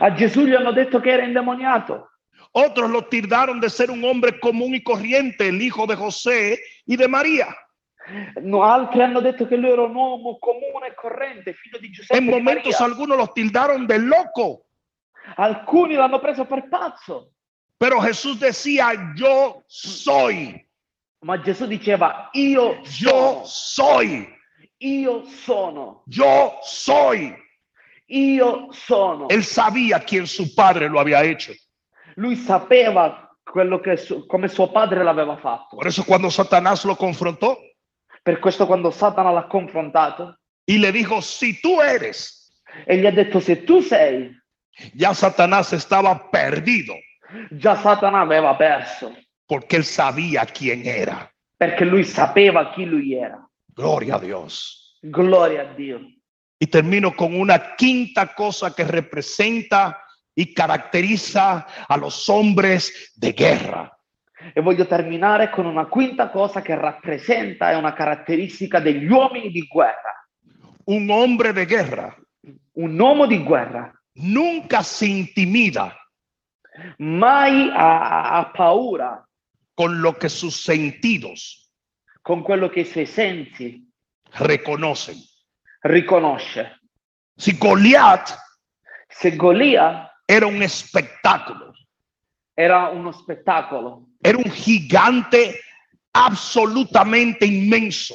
[SPEAKER 2] a Gesù gli hanno detto che era indemoniato
[SPEAKER 3] Otros lo tildaron de ser un hombre común y corriente, el hijo de José y de María.
[SPEAKER 2] No, altri hanno detto che lui era un uomo comune e corrente, figlio di Giuseppe.
[SPEAKER 3] En
[SPEAKER 2] di
[SPEAKER 3] momentos
[SPEAKER 2] Maria.
[SPEAKER 3] algunos los tildaron de loco,
[SPEAKER 2] Alcuni l'hanno preso per pazzo,
[SPEAKER 3] pero Jesús decía, yo soy,
[SPEAKER 2] ma Gesù diceva: Io
[SPEAKER 3] yo
[SPEAKER 2] sono,
[SPEAKER 3] soy,
[SPEAKER 2] io sono,
[SPEAKER 3] yo soy.
[SPEAKER 2] io sono.
[SPEAKER 3] Él sabía quién su padre lo había hecho.
[SPEAKER 2] Lui sapeva quello che su- come suo padre l'aveva fatto.
[SPEAKER 3] Por eso cuando Satanás lo confrontó
[SPEAKER 2] Per questo, quando Satana l'ha confrontato
[SPEAKER 3] y le dijo, si tú eres,
[SPEAKER 2] e gli ha detto: Se tu sei,
[SPEAKER 3] ya Satanás estaba perdido
[SPEAKER 2] già Satana aveva perso,
[SPEAKER 3] porque él sabía quién era.
[SPEAKER 2] perché lui sapeva chi lui era.
[SPEAKER 3] Gloria a Dios.
[SPEAKER 2] Gloria a Dio.
[SPEAKER 3] Y termino con una quinta cosa que representa y caracteriza a los hombres de guerra.
[SPEAKER 2] E voglio terminare con una quinta cosa che rappresenta, è una caratteristica degli uomini di guerra.
[SPEAKER 3] Un hombre de guerra
[SPEAKER 2] Un uomo di guerra
[SPEAKER 3] nunca se intimida
[SPEAKER 2] mai ha, ha paura
[SPEAKER 3] con lo que sus sentidos
[SPEAKER 2] con quello che i suoi sensi
[SPEAKER 3] reconocen.
[SPEAKER 2] riconosce.
[SPEAKER 3] Si Goliat
[SPEAKER 2] Se Golia
[SPEAKER 3] era un espectáculo,
[SPEAKER 2] era uno spettacolo,
[SPEAKER 3] era un gigante absolutamente inmenso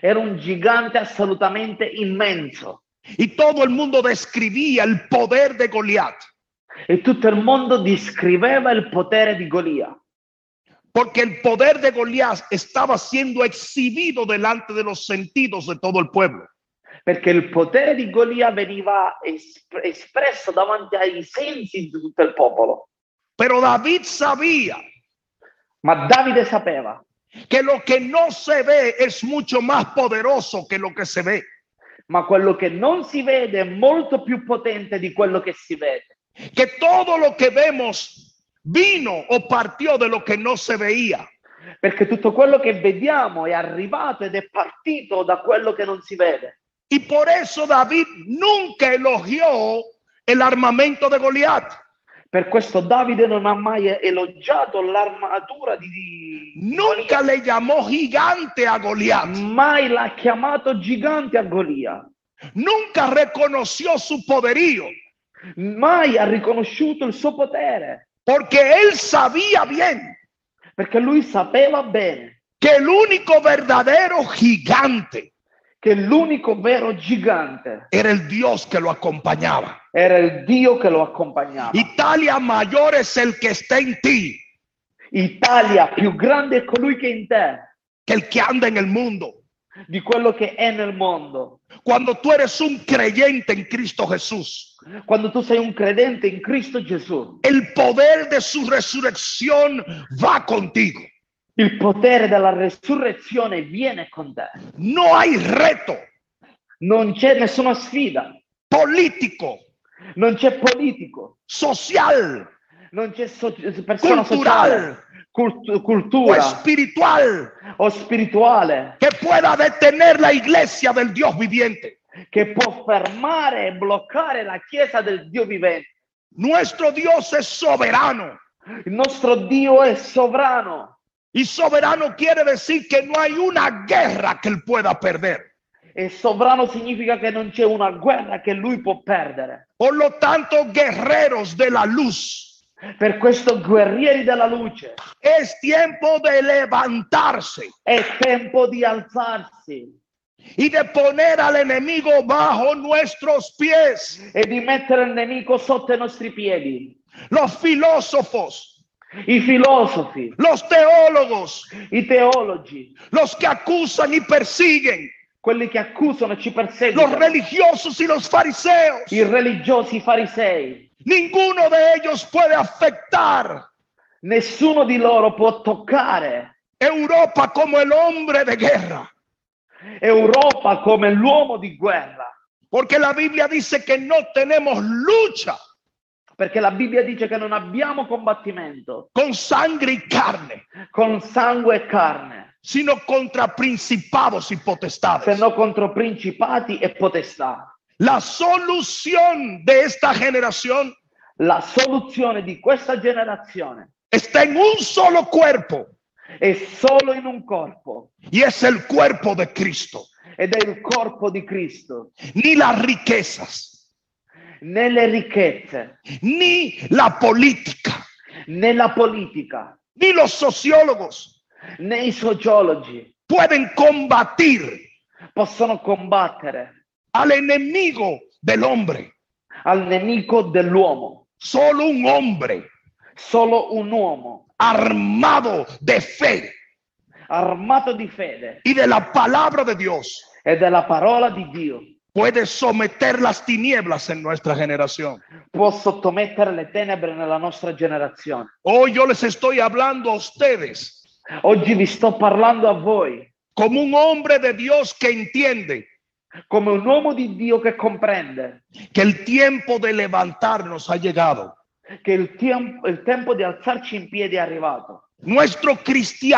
[SPEAKER 2] era un gigante assolutamente immenso
[SPEAKER 3] y todo el mundo describía el poder de Goliat,
[SPEAKER 2] e tutto il mondo descriveva il potere di Golia,
[SPEAKER 3] Porque el poder de Goliat estaba siendo exhibido delante de los sentidos de todo el pueblo.
[SPEAKER 2] perché il potere di Golia veniva espr- espresso davanti ai sensi di tutto il popolo.
[SPEAKER 3] Pero David sabía
[SPEAKER 2] Ma Davide sapeva
[SPEAKER 3] que lo que no se ve es mucho más poderoso que lo que se ve.
[SPEAKER 2] ma quello che non si vede è molto più potente di quello che si vede.
[SPEAKER 3] que todo lo que vemos vino o partió de lo que no se veía.
[SPEAKER 2] Perché tutto quello che vediamo è arrivato ed è partito da quello che non si vede.
[SPEAKER 3] Y por eso David nunca elogió el armamento de Goliat.
[SPEAKER 2] Per questo Davide non ha mai elogiato l'armatura di- di
[SPEAKER 3] Nunca le llamó gigante a Goliat.
[SPEAKER 2] mai l'ha chiamato gigante a Golia,
[SPEAKER 3] Nunca reconoció su poderío.
[SPEAKER 2] mai ha riconosciuto il suo potere,
[SPEAKER 3] Porque él sabía bien
[SPEAKER 2] perché lui sapeva bene
[SPEAKER 3] que el único verdadero gigante
[SPEAKER 2] che l'unico vero gigante
[SPEAKER 3] era el Dios que lo acompañaba.
[SPEAKER 2] era il Dio che lo accompagnava.
[SPEAKER 3] Italia mayor es el que está en ti
[SPEAKER 2] Italia più grande è colui che è in te
[SPEAKER 3] que el que anda en el mundo.
[SPEAKER 2] di quello che è nel mondo.
[SPEAKER 3] Cuando tú eres un creyente en Cristo Jesús,
[SPEAKER 2] Quando tu sei un credente in Cristo Gesù,
[SPEAKER 3] el poder de su resurrección va contigo.
[SPEAKER 2] il potere della resurrezione viene con te.
[SPEAKER 3] No hay reto
[SPEAKER 2] Non c'è nessuna sfida,
[SPEAKER 3] político,
[SPEAKER 2] non c'è politico,
[SPEAKER 3] social
[SPEAKER 2] non c'è so- persona
[SPEAKER 3] Culturale.
[SPEAKER 2] sociale, cult-
[SPEAKER 3] o
[SPEAKER 2] cultura
[SPEAKER 3] espiritual
[SPEAKER 2] o spirituale
[SPEAKER 3] que pueda detener la iglesia del Dios viviente.
[SPEAKER 2] che può fermare e bloccare la chiesa del Dio vivente.
[SPEAKER 3] Nuestro Dios es soberano
[SPEAKER 2] Il nostro Dio è sovrano
[SPEAKER 3] y soberano quiere decir que no hay una guerra que él pueda perder.
[SPEAKER 2] e sovrano significa che non c'è una guerra che lui può perdere.
[SPEAKER 3] Por lo tanto, guerreros de la luz,
[SPEAKER 2] Per questo, guerrieri della luce,
[SPEAKER 3] es tiempo de levantarse.
[SPEAKER 2] è tempo di alzarsi
[SPEAKER 3] y de poner al enemigo bajo nuestros pies.
[SPEAKER 2] e di mettere il nemico sotto i nostri piedi.
[SPEAKER 3] Los filósofos,
[SPEAKER 2] I filosofi,
[SPEAKER 3] los teólogos,
[SPEAKER 2] i teologi,
[SPEAKER 3] los que acusan y persiguen,
[SPEAKER 2] quelli che accusano e ci
[SPEAKER 3] los
[SPEAKER 2] perseguono,
[SPEAKER 3] religiosos y los fariseos,
[SPEAKER 2] i religiosi, i farisei,
[SPEAKER 3] ninguno de ellos puede afectar
[SPEAKER 2] nessuno di loro può toccare
[SPEAKER 3] Europa como el hombre de guerra,
[SPEAKER 2] Europa come l'uomo di guerra,
[SPEAKER 3] porque la Biblia dice que no tenemos lucha
[SPEAKER 2] perché la Bibbia dice che non abbiamo combattimento
[SPEAKER 3] con sangre y carne,
[SPEAKER 2] con sangue e carne,
[SPEAKER 3] sino contra principados y
[SPEAKER 2] se
[SPEAKER 3] potestades.
[SPEAKER 2] no contro principati e potestà.
[SPEAKER 3] La solución de esta generación
[SPEAKER 2] La soluzione di questa generazione
[SPEAKER 3] está en un solo cuerpo
[SPEAKER 2] è solo in un corpo
[SPEAKER 3] y es el cuerpo de Cristo.
[SPEAKER 2] ed è il corpo di Cristo,
[SPEAKER 3] Ni las riquezas,
[SPEAKER 2] nelle ricchezze,
[SPEAKER 3] ni la política,
[SPEAKER 2] nella politica,
[SPEAKER 3] ni los sociólogos
[SPEAKER 2] nei sociologi
[SPEAKER 3] pueden combatir
[SPEAKER 2] possono combattere
[SPEAKER 3] al enemigo del hombre.
[SPEAKER 2] al nemico dell'uomo.
[SPEAKER 3] Solo un hombre
[SPEAKER 2] Solo un uomo
[SPEAKER 3] armado de fe
[SPEAKER 2] armato di fede
[SPEAKER 3] y de la palabra de Dios
[SPEAKER 2] e della parola di Dio
[SPEAKER 3] puede someter las tinieblas en nuestra generación.
[SPEAKER 2] può sottomettere le tenebre nella nostra generazione.
[SPEAKER 3] Hoy yo les estoy hablando a ustedes
[SPEAKER 2] Oggi vi sto parlando a voi
[SPEAKER 3] como un hombre de Dios que entiende
[SPEAKER 2] come un uomo di Dio che comprende
[SPEAKER 3] que el tiempo de levantarnos ha llegado.
[SPEAKER 2] che il, tiemp- il tempo di alzarci in piedi è arrivato.
[SPEAKER 3] Nuestro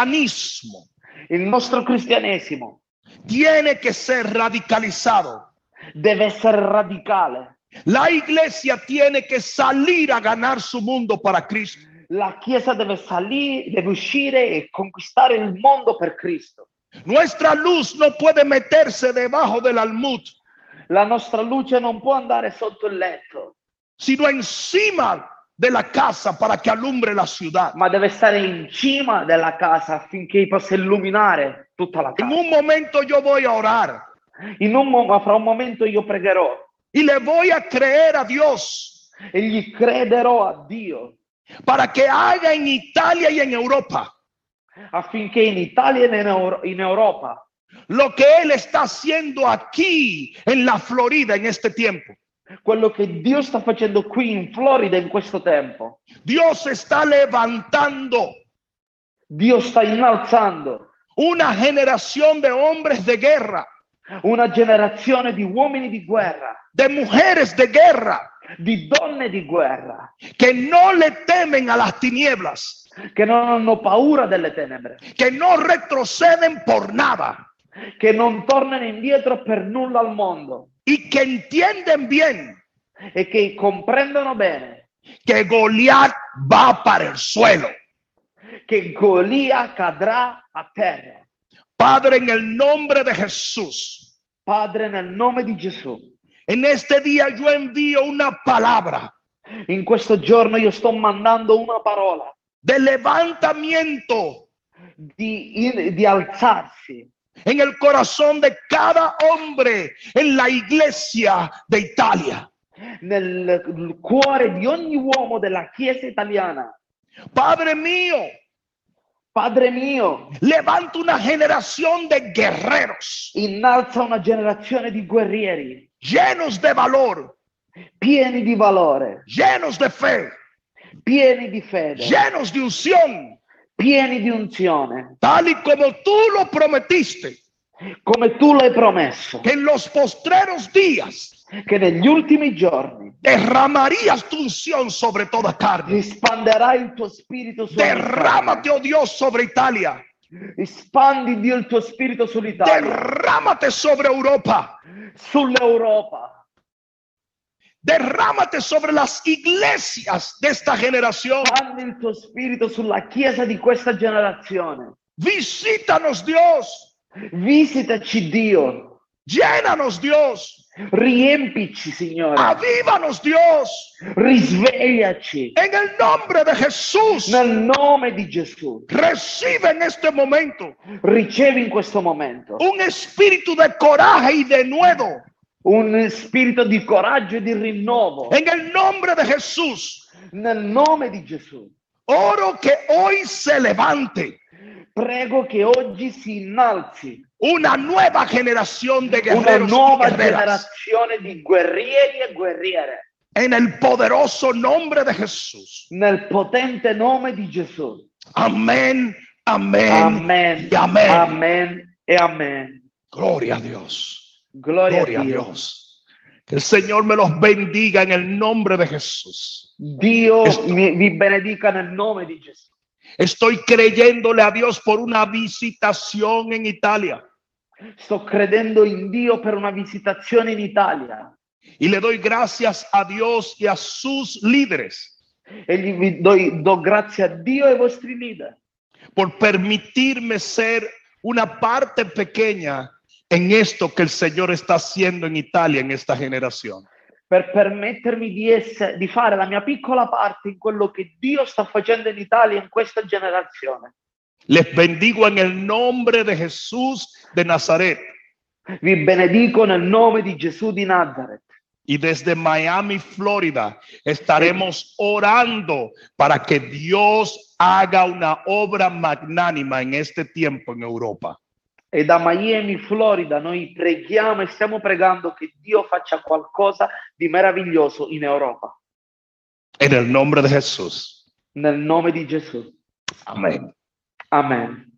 [SPEAKER 3] cristianismo
[SPEAKER 2] Il nostro cristianesimo
[SPEAKER 3] tiene que ser radicalizado.
[SPEAKER 2] deve essere radicale.
[SPEAKER 3] La iglesia tiene que salir a ganar su mundo para Cristo.
[SPEAKER 2] La Chiesa deve salire, deve uscire e conquistare il mondo per Cristo.
[SPEAKER 3] Nuestra luz no puede meterse debajo del almud,
[SPEAKER 2] La nostra luce non può andare sotto il letto,
[SPEAKER 3] sino encima de la casa para que alumbre la ciudad.
[SPEAKER 2] ma deve stare in cima della casa affinché possa illuminare tutta la
[SPEAKER 3] En
[SPEAKER 2] casa.
[SPEAKER 3] un momento yo voy a orar
[SPEAKER 2] In un mo- fra un momento io pregherò
[SPEAKER 3] y le voy a creer a Dios
[SPEAKER 2] e gli crederò a Dio
[SPEAKER 3] para que haga en Italia y en Europa
[SPEAKER 2] affinché in Italia e in, Euro- in Europa
[SPEAKER 3] lo que Él está haciendo aquí en la Florida en este tiempo.
[SPEAKER 2] quello che Dio sta facendo qui in Florida in questo tempo.
[SPEAKER 3] Dios está levantando
[SPEAKER 2] Dio sta innalzando
[SPEAKER 3] una generación de hombres de guerra
[SPEAKER 2] una generazione di uomini di guerra,
[SPEAKER 3] de mujeres de guerra
[SPEAKER 2] di donne di guerra,
[SPEAKER 3] que no le temen a las tinieblas,
[SPEAKER 2] che non hanno paura delle tenebre,
[SPEAKER 3] que no retroceden por nada
[SPEAKER 2] che non tornano indietro per nulla al mondo
[SPEAKER 3] y que entienden bien
[SPEAKER 2] e che comprendono bene
[SPEAKER 3] que Goliat va para el suelo.
[SPEAKER 2] che Golia cadrà a terra.
[SPEAKER 3] Padre, en el nombre de Jesús,
[SPEAKER 2] Padre, nel nome di Gesù,
[SPEAKER 3] en este día yo envío una palabra
[SPEAKER 2] in questo giorno io sto mandando una parola
[SPEAKER 3] de levantamiento
[SPEAKER 2] di, in- di alzarsi
[SPEAKER 3] en el corazón de cada hombre en la iglesia de Italia.
[SPEAKER 2] nel nel cuore di ogni uomo della Chiesa italiana.
[SPEAKER 3] Padre mío,
[SPEAKER 2] Padre mio,
[SPEAKER 3] levanta una generación de guerreros
[SPEAKER 2] innalza una generazione di guerrieri
[SPEAKER 3] llenos de valor,
[SPEAKER 2] pieni di valore,
[SPEAKER 3] llenos de fe,
[SPEAKER 2] pieni di fede,
[SPEAKER 3] llenos de unción,
[SPEAKER 2] pieni di unzione,
[SPEAKER 3] tal y como tú lo prometiste,
[SPEAKER 2] come tu l'hai promesso,
[SPEAKER 3] que en los postreros días
[SPEAKER 2] che negli ultimi giorni
[SPEAKER 3] derramarías tu unción sobre toda carne.
[SPEAKER 2] rispanderà il tuo spirito su
[SPEAKER 3] Derrámate, oh Dios, sobre Italia.
[SPEAKER 2] Espandi Dio il tuo spirito sull'Italia,
[SPEAKER 3] Derrámate sobre Europa.
[SPEAKER 2] sull'Europa,
[SPEAKER 3] Derrámate sobre las iglesias de esta generación.
[SPEAKER 2] espandi il tuo spirito sulla Chiesa di questa generazione.
[SPEAKER 3] Visítanos, Dios.
[SPEAKER 2] Visitaci Dio,
[SPEAKER 3] Llénanos, Dios.
[SPEAKER 2] riempici Signore,
[SPEAKER 3] Avívanos, Dios.
[SPEAKER 2] risvegliaci
[SPEAKER 3] En el nombre de Jesús.
[SPEAKER 2] nel nome di Gesù.
[SPEAKER 3] Recibe en este momento
[SPEAKER 2] Ricevi in questo momento
[SPEAKER 3] un espíritu de coraje y de nuevo.
[SPEAKER 2] un spirito di coraggio e di rinnovo
[SPEAKER 3] En el nombre de Jesús.
[SPEAKER 2] nel nome di Gesù.
[SPEAKER 3] Oro que hoy se levante
[SPEAKER 2] Prego che oggi si innalzi
[SPEAKER 3] una nueva generación de
[SPEAKER 2] una
[SPEAKER 3] guerreros. y
[SPEAKER 2] nuova
[SPEAKER 3] guerreras.
[SPEAKER 2] generazione di guerrieri e guerriere.
[SPEAKER 3] en el poderoso nombre de Jesús.
[SPEAKER 2] nel potente nome di Gesù.
[SPEAKER 3] Amén, amén,
[SPEAKER 2] Amen.
[SPEAKER 3] y amén.
[SPEAKER 2] Amen e amen.
[SPEAKER 3] Gloria a Dios.
[SPEAKER 2] Gloria,
[SPEAKER 3] Gloria
[SPEAKER 2] a
[SPEAKER 3] a
[SPEAKER 2] Dio.
[SPEAKER 3] Dios. Que el Señor me los bendiga en el nombre de Jesús.
[SPEAKER 2] Dio
[SPEAKER 3] Questo-
[SPEAKER 2] mi- vi benedica nel nome di Gesù.
[SPEAKER 3] Estoy creyéndole a Dios por una visitación en Italia
[SPEAKER 2] Sto credendo in Dio per una visitazione in Italia
[SPEAKER 3] y le doy gracias a Dios y a sus líderes
[SPEAKER 2] e gli vi- do, do grazie a Dio e ai vostri leader
[SPEAKER 3] por permitirme ser una parte pequeña en esto que el Señor está haciendo en Italia en esta generación.
[SPEAKER 2] per permettermi di, essere, di fare la mia piccola parte in quello che Dio sta facendo in Italia in questa generazione.
[SPEAKER 3] Les bendigo en el nombre de Jesús de Nazaret
[SPEAKER 2] Vi benedico nel nome di Gesù di Nazareth.
[SPEAKER 3] y desde Miami, Florida, estaremos orando para que Dios haga una obra magnánima en este tiempo en Europa.
[SPEAKER 2] E da Miami, Florida, noi preghiamo e stiamo pregando che Dio faccia qualcosa di meraviglioso in Europa,
[SPEAKER 3] En el nombre de Jesús.
[SPEAKER 2] nel nome di Gesù.
[SPEAKER 3] Amén.
[SPEAKER 2] Amén.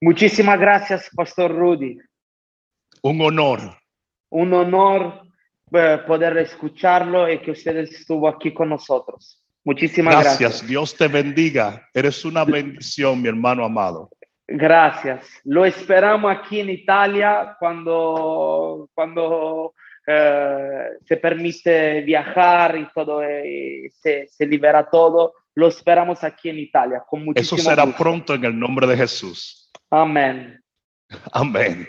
[SPEAKER 2] Muchísimas gracias, Pastor Rudy.
[SPEAKER 3] Un honor.
[SPEAKER 2] Un honor eh, poder escucharlo y que usted estuvo aquí con nosotros. Muchísimas
[SPEAKER 3] Gracias.
[SPEAKER 2] gracias.
[SPEAKER 3] Dios te bendiga. Eres una bendición, mi hermano amado.
[SPEAKER 2] Gracias. Lo esperamos aquí en Italia cuando, cuando eh, se permite viajar y todo, eh, se, se libera todo. Lo esperamos aquí en Italia con
[SPEAKER 3] Eso
[SPEAKER 2] muchísimo
[SPEAKER 3] será
[SPEAKER 2] gusto.
[SPEAKER 3] pronto en el nombre de Jesús.
[SPEAKER 2] Amén.
[SPEAKER 3] Amén.